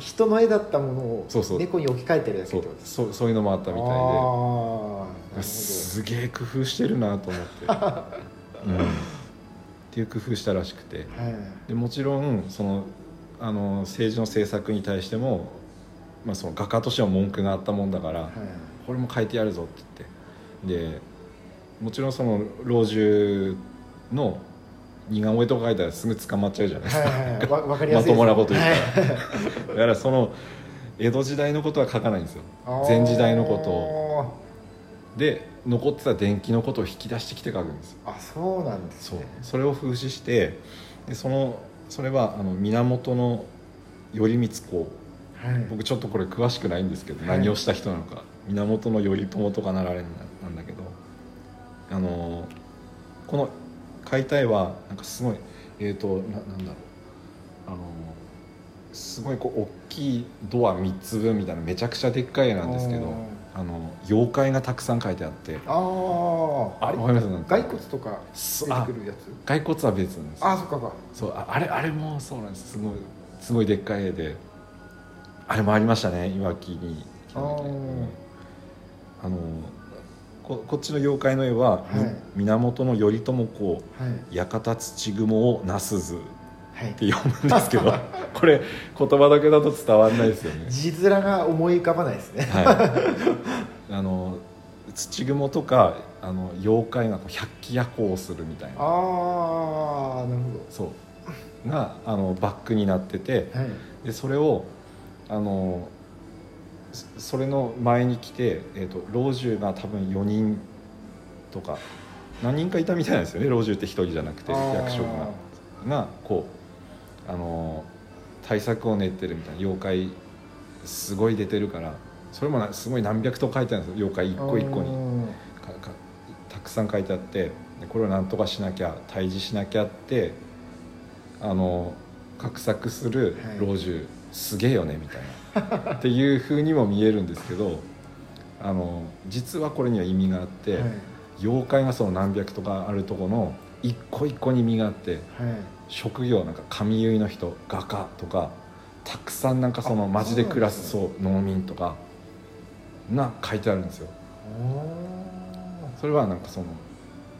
[SPEAKER 2] ひ人の絵だったものを
[SPEAKER 1] そうそう
[SPEAKER 2] 猫に置き換えてるだけ
[SPEAKER 1] そ
[SPEAKER 2] っ
[SPEAKER 1] う
[SPEAKER 2] てことです
[SPEAKER 1] そうそういうのもあったみたいで
[SPEAKER 2] ああなるほど
[SPEAKER 1] すげえ工夫してるなと思 って、うんっていう工夫したらしくて
[SPEAKER 2] はい
[SPEAKER 1] でもちろんそのあの政治の政策に対しても、まあ、その画家としては文句があったもんだから、
[SPEAKER 2] は
[SPEAKER 1] これも書いてやるぞって言ってでもちろんその老中の似顔絵とか書いたらすぐ捕まっちゃうじゃないですか、
[SPEAKER 2] いはいはいわわかりやすい
[SPEAKER 1] まと
[SPEAKER 2] です
[SPEAKER 1] もなこと言ったら
[SPEAKER 2] は い
[SPEAKER 1] だからその江戸時代のことは書かないんですよ
[SPEAKER 2] あー
[SPEAKER 1] 前時代のことをで残ってた電気のことを引き出してきて書くんですよ
[SPEAKER 2] あそうなんです
[SPEAKER 1] そう
[SPEAKER 2] ね
[SPEAKER 1] それを風刺してでそのそれはあの源の頼光公
[SPEAKER 2] はい
[SPEAKER 1] 僕ちょっとこれ詳しくないんですけど、
[SPEAKER 2] はい
[SPEAKER 1] 何をした人なのか源頼朝とかなられなんだけどあのこの解体はなんかすごいえっ、とななんだろうあのすごいこう大きいドア3つ分みたいなめちゃくちゃでっかい絵なんですけどあの妖怪がたくさん書いてあって
[SPEAKER 2] あああれ
[SPEAKER 1] わかりますなんか
[SPEAKER 2] 骸骨とか
[SPEAKER 1] そ
[SPEAKER 2] 出
[SPEAKER 1] うあ
[SPEAKER 2] てくるやつ
[SPEAKER 1] 骸骨は別なんですよ
[SPEAKER 2] あそっかそっか
[SPEAKER 1] そうああれあれもそうなんですすごいすごいでっかい絵であれもありましたねいわきに来た時
[SPEAKER 2] あー
[SPEAKER 1] うんあのここっちの妖怪の絵は、み
[SPEAKER 2] はい
[SPEAKER 1] 源頼朝公
[SPEAKER 2] はい
[SPEAKER 1] 館土雲をなすずっ
[SPEAKER 2] はい
[SPEAKER 1] て読むんですけ どこれ言葉だけだと伝わんないですよね
[SPEAKER 2] 字面が思い浮かばないですね
[SPEAKER 1] はい あの土雲とかあの妖怪がこう百鬼夜行をするみたいな
[SPEAKER 2] ああなるほ
[SPEAKER 1] そうがあのバックになってて
[SPEAKER 2] どはい
[SPEAKER 1] でそれをあのそそれの前に来て、えー、と老中が多分4人とか何人かいたみたいなんですよね老中って1人じゃなくて
[SPEAKER 2] あー
[SPEAKER 1] 役職ががこうあの対策を練ってるみたいな妖怪すごい出てるからそれもなすごい何百と書いてあるんですよ妖怪一個一個に
[SPEAKER 2] に
[SPEAKER 1] かかたくさん書いてあってでこれをなんとかしなきゃ退治しなきゃってあの画策する老中、すげえよねみたい なっていうふうにも見えるんですけどあの実はこれには意味があって、
[SPEAKER 2] はい
[SPEAKER 1] 妖怪がその何百とかあるとこの一個一個に身があって
[SPEAKER 2] はい
[SPEAKER 1] 職業なんか髪結いの人画家とかたくさんなんかその
[SPEAKER 2] あ
[SPEAKER 1] 町で暮らす
[SPEAKER 2] そ
[SPEAKER 1] そう農民とかが書いてあるんですよ。
[SPEAKER 2] おー
[SPEAKER 1] それはなんかその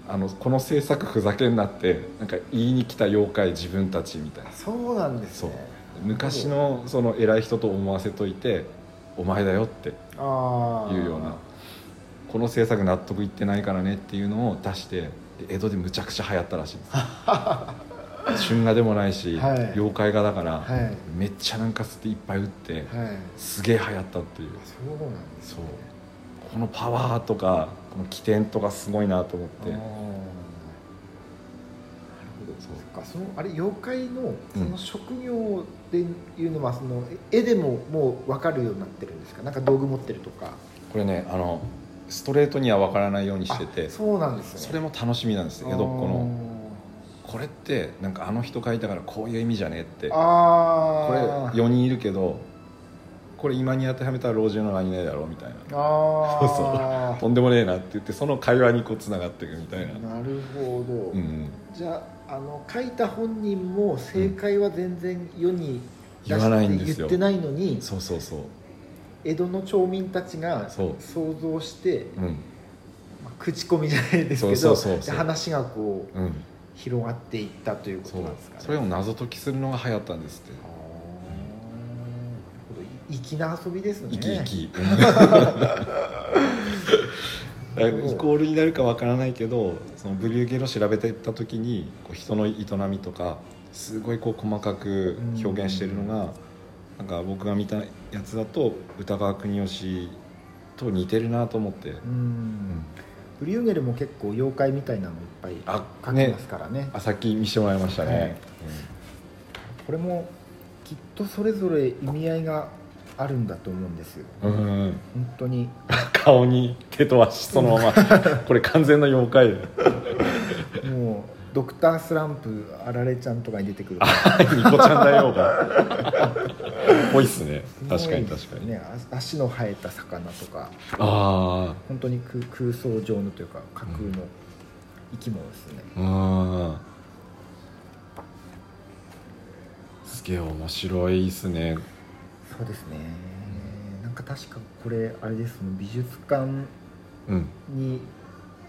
[SPEAKER 1] あのこの政策ふざけんなってなんか言いに来た妖怪自分たちみたいな
[SPEAKER 2] そうなんですね
[SPEAKER 1] 昔のその偉い人と思わせといてお前だよって
[SPEAKER 2] ああ
[SPEAKER 1] いうようなこの政策納得いってないからねっていうのを出してで江戸でむちゃくちゃ流行ったらしいです 春画でもないし、
[SPEAKER 2] はい
[SPEAKER 1] 妖怪画だから、
[SPEAKER 2] はい
[SPEAKER 1] めっちゃなんか吸っていっぱい打って、
[SPEAKER 2] はい
[SPEAKER 1] すげえ流行ったっていう
[SPEAKER 2] そうなんです
[SPEAKER 1] そ
[SPEAKER 2] ね
[SPEAKER 1] うこのパワーとかこの起点とかすごいなと思っ
[SPEAKER 2] あ
[SPEAKER 1] て
[SPEAKER 2] ーなるほど
[SPEAKER 1] そ
[SPEAKER 2] そうっかそのあれ妖怪の
[SPEAKER 1] う
[SPEAKER 2] そ
[SPEAKER 1] ん
[SPEAKER 2] の職業でいうのはその絵でももう分かるようになってるんですかなんか道具持ってるとか
[SPEAKER 1] これねあのストレートには分からないようにしてて
[SPEAKER 2] あ
[SPEAKER 1] そ
[SPEAKER 2] そうなんですね
[SPEAKER 1] れも楽しみなんです江戸っ子の
[SPEAKER 2] の
[SPEAKER 1] これってなんかあの人書いたからこういう意味じゃねえってこれ
[SPEAKER 2] ああ
[SPEAKER 1] 4人いるけどこれ今に当てはめたら老人の何々だろうみたいな
[SPEAKER 2] あ
[SPEAKER 1] そう
[SPEAKER 2] あ
[SPEAKER 1] とんでもねえなって言ってその会話にこうつながっていくみたいな
[SPEAKER 2] なるほど、
[SPEAKER 1] うん
[SPEAKER 2] じゃああの書いた本人も正解は全然世に出
[SPEAKER 1] 言わないんです
[SPEAKER 2] して言
[SPEAKER 1] よ
[SPEAKER 2] ってないのに
[SPEAKER 1] そうそうそう
[SPEAKER 2] 江戸の町民たちが
[SPEAKER 1] そう
[SPEAKER 2] 想像して、
[SPEAKER 1] うん
[SPEAKER 2] まあ口コミじゃないですけど
[SPEAKER 1] そうそうそうそう
[SPEAKER 2] で話がこう
[SPEAKER 1] うん
[SPEAKER 2] 広がっていったということ
[SPEAKER 1] そう
[SPEAKER 2] なんですかね
[SPEAKER 1] それを謎解きするのが流行ったんですって
[SPEAKER 2] あーなるほど粋な遊びですね
[SPEAKER 1] 生き生き、
[SPEAKER 2] なるほど
[SPEAKER 1] イコールになるかわからないけどそのブリューゲルを調べてった時にこう人の営みとかすごいこう細かく表現してるのが、なんか僕が見たやつだと歌川国芳と似てるなと思って、
[SPEAKER 2] うん、ブリューゲルも結構妖怪みたいなのいっぱい
[SPEAKER 1] あ
[SPEAKER 2] 書き
[SPEAKER 1] ね
[SPEAKER 2] ますからね
[SPEAKER 1] あさっき見せてもらいましたね、
[SPEAKER 2] はいこれもきっとそれぞれ意味合いがあるんだと思うんですよ
[SPEAKER 1] うん
[SPEAKER 2] 本当に
[SPEAKER 1] 顔に手と足そ のままこれ完全な妖怪 だよ
[SPEAKER 2] もうドクタースランプあられちゃんとかに出てくる
[SPEAKER 1] ニコちゃんだよが ぽいっすね 確かに確
[SPEAKER 2] す
[SPEAKER 1] か
[SPEAKER 2] ごいです
[SPEAKER 1] に、
[SPEAKER 2] ねあ足の生えた魚とか
[SPEAKER 1] あ
[SPEAKER 2] 本当に空空想上のというか架空の生き物ですね、
[SPEAKER 1] あうんすげえ面白いっすね
[SPEAKER 2] そうですねなんか確かこれあれですその美術館
[SPEAKER 1] うん
[SPEAKER 2] に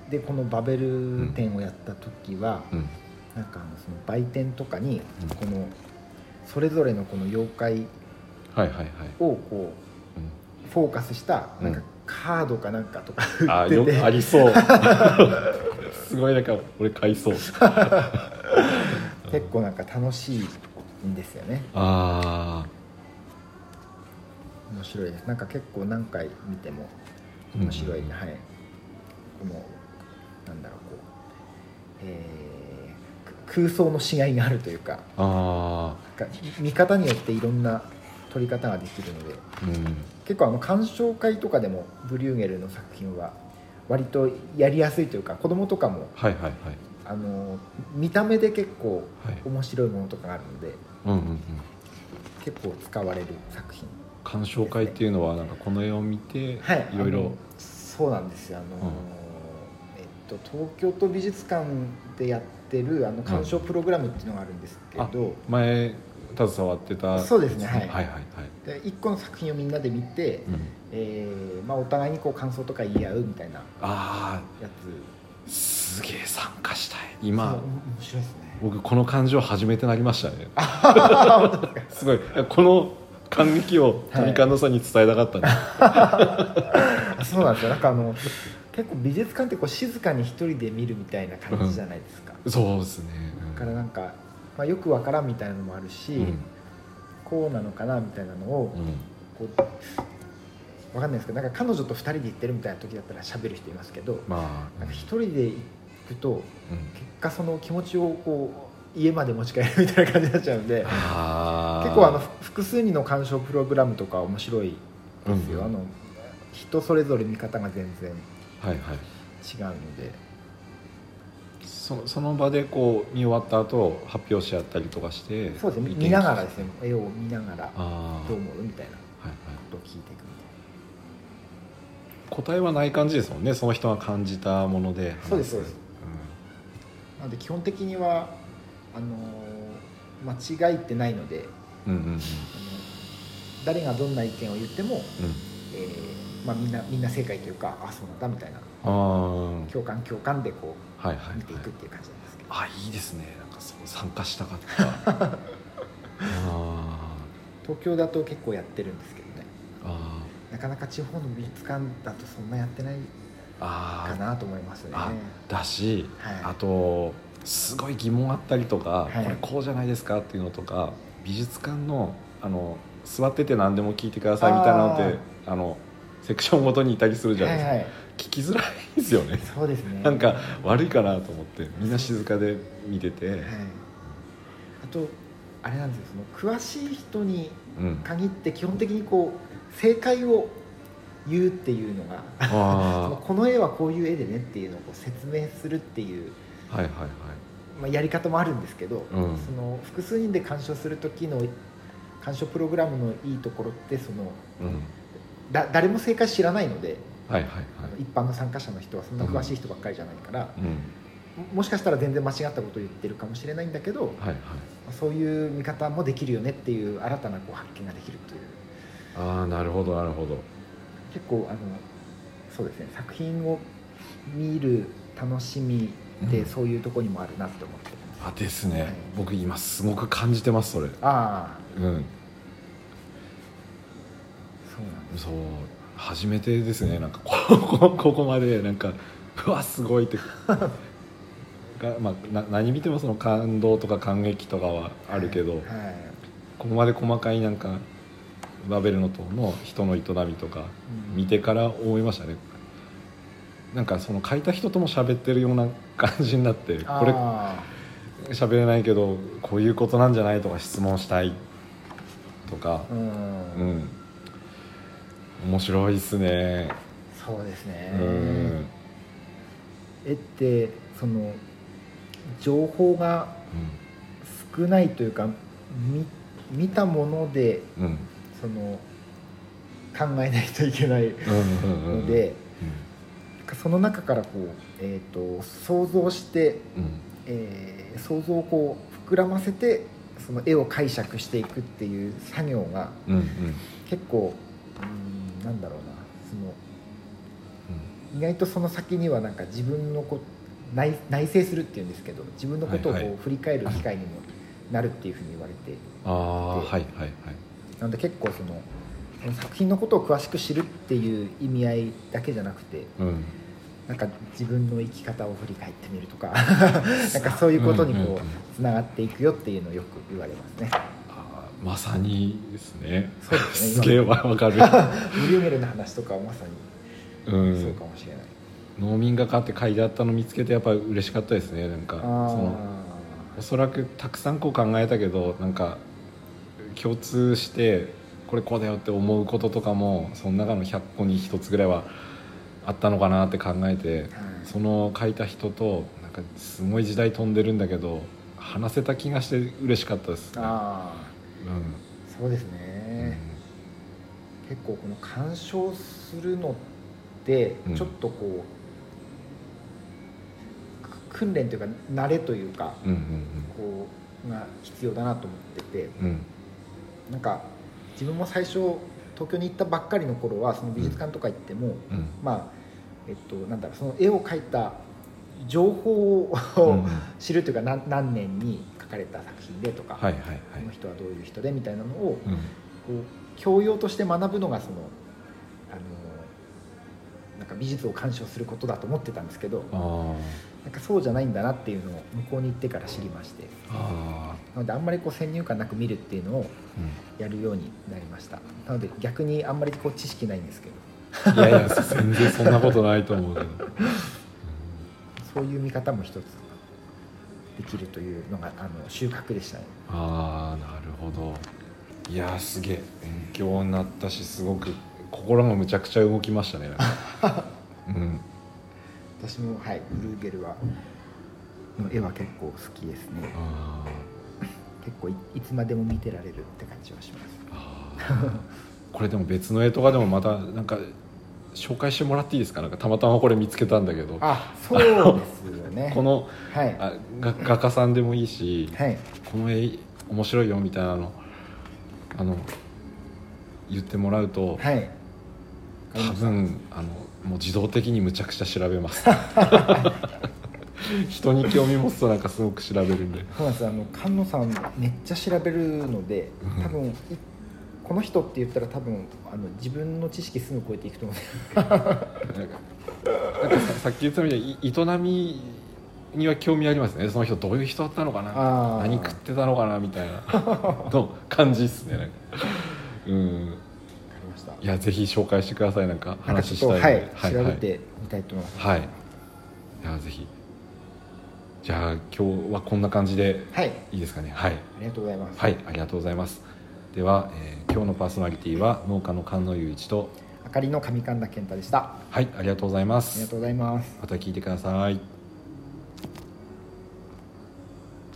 [SPEAKER 2] でこのバベル展をやった時は、
[SPEAKER 1] うん
[SPEAKER 2] なんかあのその売店とかに
[SPEAKER 1] うん
[SPEAKER 2] このそれぞれのこの妖怪
[SPEAKER 1] はいはいはい、
[SPEAKER 2] をこ
[SPEAKER 1] う
[SPEAKER 2] うフォーカスした
[SPEAKER 1] うん
[SPEAKER 2] なんかカードかなんかとか
[SPEAKER 1] ん、あ
[SPEAKER 2] 売って
[SPEAKER 1] よ
[SPEAKER 2] て、
[SPEAKER 1] くありそうすごいなんか俺買いそう
[SPEAKER 2] 結構なんか楽しいんですよね
[SPEAKER 1] ああ
[SPEAKER 2] 面白いですなんか結構何回見ても面白い、
[SPEAKER 1] うん
[SPEAKER 2] はいこのなんだろうこう、えーく空想のしがいがあるというか
[SPEAKER 1] あ
[SPEAKER 2] なんか見方によっていろんな撮り方ができるので
[SPEAKER 1] あうん
[SPEAKER 2] 結構あの鑑賞会とかでもブリューゲルの作品は割とやりやすいというか子供とかも
[SPEAKER 1] はいはいはい
[SPEAKER 2] あの見た目で結構
[SPEAKER 1] はい
[SPEAKER 2] 面白いものとかがあるので、
[SPEAKER 1] うんうんうん
[SPEAKER 2] 結構使われる作品
[SPEAKER 1] 鑑賞会っていうのはなんかこの絵を見て、
[SPEAKER 2] はい
[SPEAKER 1] いろい
[SPEAKER 2] あ
[SPEAKER 1] ろ
[SPEAKER 2] のそうなんですよあの、
[SPEAKER 1] うん
[SPEAKER 2] えっと、東京都美術館でやってるあの鑑賞プログラムっていうのがあるんですけど、
[SPEAKER 1] 前携わってた
[SPEAKER 2] そうですねはい
[SPEAKER 1] はいはいはい、
[SPEAKER 2] で1個の作品をみんなで見て、
[SPEAKER 1] うん、
[SPEAKER 2] えーまあ、お互いにこう感想とか言い合うみたいな
[SPEAKER 1] あ
[SPEAKER 2] や
[SPEAKER 1] あすげえ参加したい
[SPEAKER 2] つ、
[SPEAKER 1] 今
[SPEAKER 2] そう面白いですね
[SPEAKER 1] 僕この感情初めてなりましたねすごいこの感激を
[SPEAKER 2] はい
[SPEAKER 1] 鳥観音さんに伝えたかったんで、
[SPEAKER 2] あそうなんですよなんかあの結構美術館ってこう静かに一人で見るみたいな感じじゃないですか、
[SPEAKER 1] そうですね、
[SPEAKER 2] だからなんか、まあ、よくわからんみたいなのもあるし、
[SPEAKER 1] うんうん
[SPEAKER 2] こうなのかなみたいなのを
[SPEAKER 1] うん
[SPEAKER 2] こうわかんないですけどなんか彼女と2人で行ってるみたいな時だったら喋る人いますけど
[SPEAKER 1] まあ
[SPEAKER 2] なんか1人で行くと
[SPEAKER 1] うん
[SPEAKER 2] 結果その気持ちをこう家まで持ち帰るみたいな感じになっちゃうんで
[SPEAKER 1] あー
[SPEAKER 2] 結構あの複数人の鑑賞プログラムとか面白いですよ、
[SPEAKER 1] うん
[SPEAKER 2] あの人それぞれ見方が全然違
[SPEAKER 1] はいはいう
[SPEAKER 2] ので
[SPEAKER 1] そのその場でこう見終わった後発表し合ったりとかして
[SPEAKER 2] そうですね
[SPEAKER 1] 意見
[SPEAKER 2] 見ながらですね絵を見ながら
[SPEAKER 1] ああ
[SPEAKER 2] どう思うみたいなこ
[SPEAKER 1] はいはい
[SPEAKER 2] とを聞いていくみたい
[SPEAKER 1] 答えはない感じですもんねその人が感じたもので話
[SPEAKER 2] そうですそうですななので基本的にはあのー間違いってないので
[SPEAKER 1] うん、うんうんうん
[SPEAKER 2] あの誰がどんな意見を言っても、えーまあ、みんなみんな正解というかあそうなんだみたいな
[SPEAKER 1] うんあ
[SPEAKER 2] 共感共感でこ
[SPEAKER 1] あはいはいうはい
[SPEAKER 2] 見ていくっていう感じなんですけど、
[SPEAKER 1] あいいですねなんかそう参加したかった あ
[SPEAKER 2] 東京だと結構やってるんですけどね
[SPEAKER 1] ーあ
[SPEAKER 2] なかなか地方の美術館だとそんなやってない
[SPEAKER 1] ーあ
[SPEAKER 2] か
[SPEAKER 1] ー
[SPEAKER 2] なと思いますね
[SPEAKER 1] あだし、
[SPEAKER 2] はい
[SPEAKER 1] あとすごい疑問あったりとか、
[SPEAKER 2] はい
[SPEAKER 1] これこうじゃないですかっていうのとか美術館のあの座ってて何でも聞いてくださいみたいなのってあのセクションごとにいたりするじゃないです
[SPEAKER 2] はい
[SPEAKER 1] か、
[SPEAKER 2] はい
[SPEAKER 1] 聞きづらいですよね
[SPEAKER 2] そうですね
[SPEAKER 1] なんか悪いかなと思ってみんな静かで見てて、
[SPEAKER 2] はい、あとあれなんですよその詳しい人に
[SPEAKER 1] うん、
[SPEAKER 2] 限って基本的にこう正解を言うっていうのがその
[SPEAKER 1] あ
[SPEAKER 2] この絵はこういう絵でねっていうのをこう説明するっていう、
[SPEAKER 1] あはいはいはい
[SPEAKER 2] まあ、やり方もあるんですけど、
[SPEAKER 1] うん
[SPEAKER 2] その複数人で鑑賞する時の鑑賞プログラムのいいところってその
[SPEAKER 1] うん
[SPEAKER 2] だ誰も正解知らないので、
[SPEAKER 1] はいはいはい
[SPEAKER 2] あの一般の参加者の人はそんな詳しい人ばっかりじゃないから、
[SPEAKER 1] うん
[SPEAKER 2] ももしかしたら全然間違ったことを言ってるかもしれないんだけど、
[SPEAKER 1] はいはい
[SPEAKER 2] そういう見方もできるよねっていう新たなこう発見ができるという
[SPEAKER 1] ああなるほどなるほど
[SPEAKER 2] 結構あのそうですね作品を見る楽しみって
[SPEAKER 1] うん
[SPEAKER 2] そういうとこにもあるなって思ってます、
[SPEAKER 1] あですね僕今すごく感じてますそれ
[SPEAKER 2] あ
[SPEAKER 1] う
[SPEAKER 2] あ
[SPEAKER 1] ん
[SPEAKER 2] そうなんです
[SPEAKER 1] そう初めてですねなんかこ こここまでなんかうわすごいって が、まあ、な何見てもその感動とか感激とかはあるけど、
[SPEAKER 2] はいはい
[SPEAKER 1] ここまで細かいなんかバベルの塔の人の営みとか
[SPEAKER 2] うん
[SPEAKER 1] 見てから思いましたねなんかその書いた人とも喋ってるような感じになって
[SPEAKER 2] あ
[SPEAKER 1] こ
[SPEAKER 2] ー
[SPEAKER 1] れ喋れないけどこういうことなんじゃないとか質問したいとか
[SPEAKER 2] う
[SPEAKER 1] うんん面白いっすね
[SPEAKER 2] そうですね
[SPEAKER 1] うん
[SPEAKER 2] 絵ってその情報が少ないというか見見たもので
[SPEAKER 1] うんうん
[SPEAKER 2] その考えないといけない
[SPEAKER 1] うんうんうん
[SPEAKER 2] ので、なんかその中からこう、えー、と想像して、
[SPEAKER 1] うんうん
[SPEAKER 2] えー想像をこう膨らませてその絵を解釈していくっていう作業が
[SPEAKER 1] うんうん
[SPEAKER 2] 結構うーんなんだろうなその意外とその先にはなんか自分のこ内内省するっていうんですけど自分のことをこ
[SPEAKER 1] はいはいう
[SPEAKER 2] 振り返る機会にもなるっていうふうに言われて
[SPEAKER 1] ああはいはいはい
[SPEAKER 2] なので結構そのその作品のことを詳しく知るっていう意味合いだけじゃなくて
[SPEAKER 1] うん
[SPEAKER 2] なんか自分の生き方を振り返ってみ るとかなんかそういうことに
[SPEAKER 1] うんうんう
[SPEAKER 2] こ
[SPEAKER 1] ん
[SPEAKER 2] うつながっていくよっていうのをよく言われますね。
[SPEAKER 1] あーまさにですね
[SPEAKER 2] そうです
[SPEAKER 1] す
[SPEAKER 2] ね
[SPEAKER 1] げえわわかる
[SPEAKER 2] 無理メルの話とかはまさ
[SPEAKER 1] う
[SPEAKER 2] にそうんかもしれない。
[SPEAKER 1] 農民が買って書いてあったの見つけてやっぱ嬉しかったですねなんかそのおそらくたくさんこう考えたけどなんか共通してこれこうだよって思うこととかもその中の100個に1つぐらいはあったのかなって考えて
[SPEAKER 2] あーはい
[SPEAKER 1] その書いた人となんかすごい時代飛んでるんだけど話せた気がして嬉しかったですね、
[SPEAKER 2] あ
[SPEAKER 1] うん
[SPEAKER 2] ーそうですね。結構この鑑賞するのって
[SPEAKER 1] うん
[SPEAKER 2] ちょっとこう、く訓練というか慣れというか
[SPEAKER 1] うんうん
[SPEAKER 2] こうが必要だなと思ってて
[SPEAKER 1] うんうん
[SPEAKER 2] なんか自分も最初東京に行ったばっかりの頃はその美術館とか行っても、
[SPEAKER 1] うん
[SPEAKER 2] まあえっとなんだろうその絵を描いた情報を、
[SPEAKER 1] うんうん
[SPEAKER 2] 知るというか何何年に描かれた作品でとか、
[SPEAKER 1] はいはいは
[SPEAKER 2] この
[SPEAKER 1] い
[SPEAKER 2] 人はどういう人でみたいなのを
[SPEAKER 1] うん
[SPEAKER 2] こう教養として学ぶのがそのあのなんか美術を鑑賞することだと思ってたんですけど
[SPEAKER 1] あ
[SPEAKER 2] なんかそうじゃないんだなっていうのを向こうに行ってから知りまして
[SPEAKER 1] ーあ
[SPEAKER 2] なのであんまりこう先入観なく見るっていうのを
[SPEAKER 1] ー、うん
[SPEAKER 2] やるようになりましたなので逆にあんまりこう知識ないんですけど
[SPEAKER 1] いやいや全然そんなことないと思うけど
[SPEAKER 2] そういう見方も一つできるというのがあの収穫でしたね
[SPEAKER 1] ああなるほどいやーすげえ勉強になったしすごく心がむちゃくちゃ動きましたねなんかうん
[SPEAKER 2] 私もはいブルーゲルはの絵は結構好きですね
[SPEAKER 1] あ
[SPEAKER 2] 結構いいつまでも見てられるって感じはします
[SPEAKER 1] ーあーこれでも別の絵とかでもまたなんか紹介してもらっていいですかなんかたまたまこれ見つけたんだけど
[SPEAKER 2] あそうですよね
[SPEAKER 1] この
[SPEAKER 2] はい
[SPEAKER 1] あが画家さんでもいいし
[SPEAKER 2] はい
[SPEAKER 1] この絵面白いよみたいなのあの言ってもらうと、
[SPEAKER 2] はい
[SPEAKER 1] 多分あのもう自動的にむちゃくちゃ調べます 人に興味持つとなんかすごく調べるんで
[SPEAKER 2] そうなんですあの菅野さんめっちゃ調べるので
[SPEAKER 1] うん
[SPEAKER 2] 多分いこの人って言ったら多分あの自分の知識すぐ超えていくと思
[SPEAKER 1] なんかなんかささっき言ったみたいにい営みには興味ありますねその人どういう人だったのかな
[SPEAKER 2] あー
[SPEAKER 1] 何食ってたのかなみたいなの感じですねなんかうん
[SPEAKER 2] うわかりました
[SPEAKER 1] いやぜひ紹介してくださいなんか
[SPEAKER 2] なんかち
[SPEAKER 1] 話
[SPEAKER 2] ょっ
[SPEAKER 1] した
[SPEAKER 2] と
[SPEAKER 1] い
[SPEAKER 2] は
[SPEAKER 1] ので、
[SPEAKER 2] い調べてみたいと思います
[SPEAKER 1] はい、いやぜひじゃあ今日はこんな感じで
[SPEAKER 2] はい、
[SPEAKER 1] いいですかねはい
[SPEAKER 2] ありがとうございます、
[SPEAKER 1] はいありがとうございますでは、えー今日のパーソナリティは農家の菅野雄一と
[SPEAKER 2] あかりの神神田健太でしたあ
[SPEAKER 1] はいありがとうございま
[SPEAKER 2] りが
[SPEAKER 1] す
[SPEAKER 2] とうございます
[SPEAKER 1] また聞いてください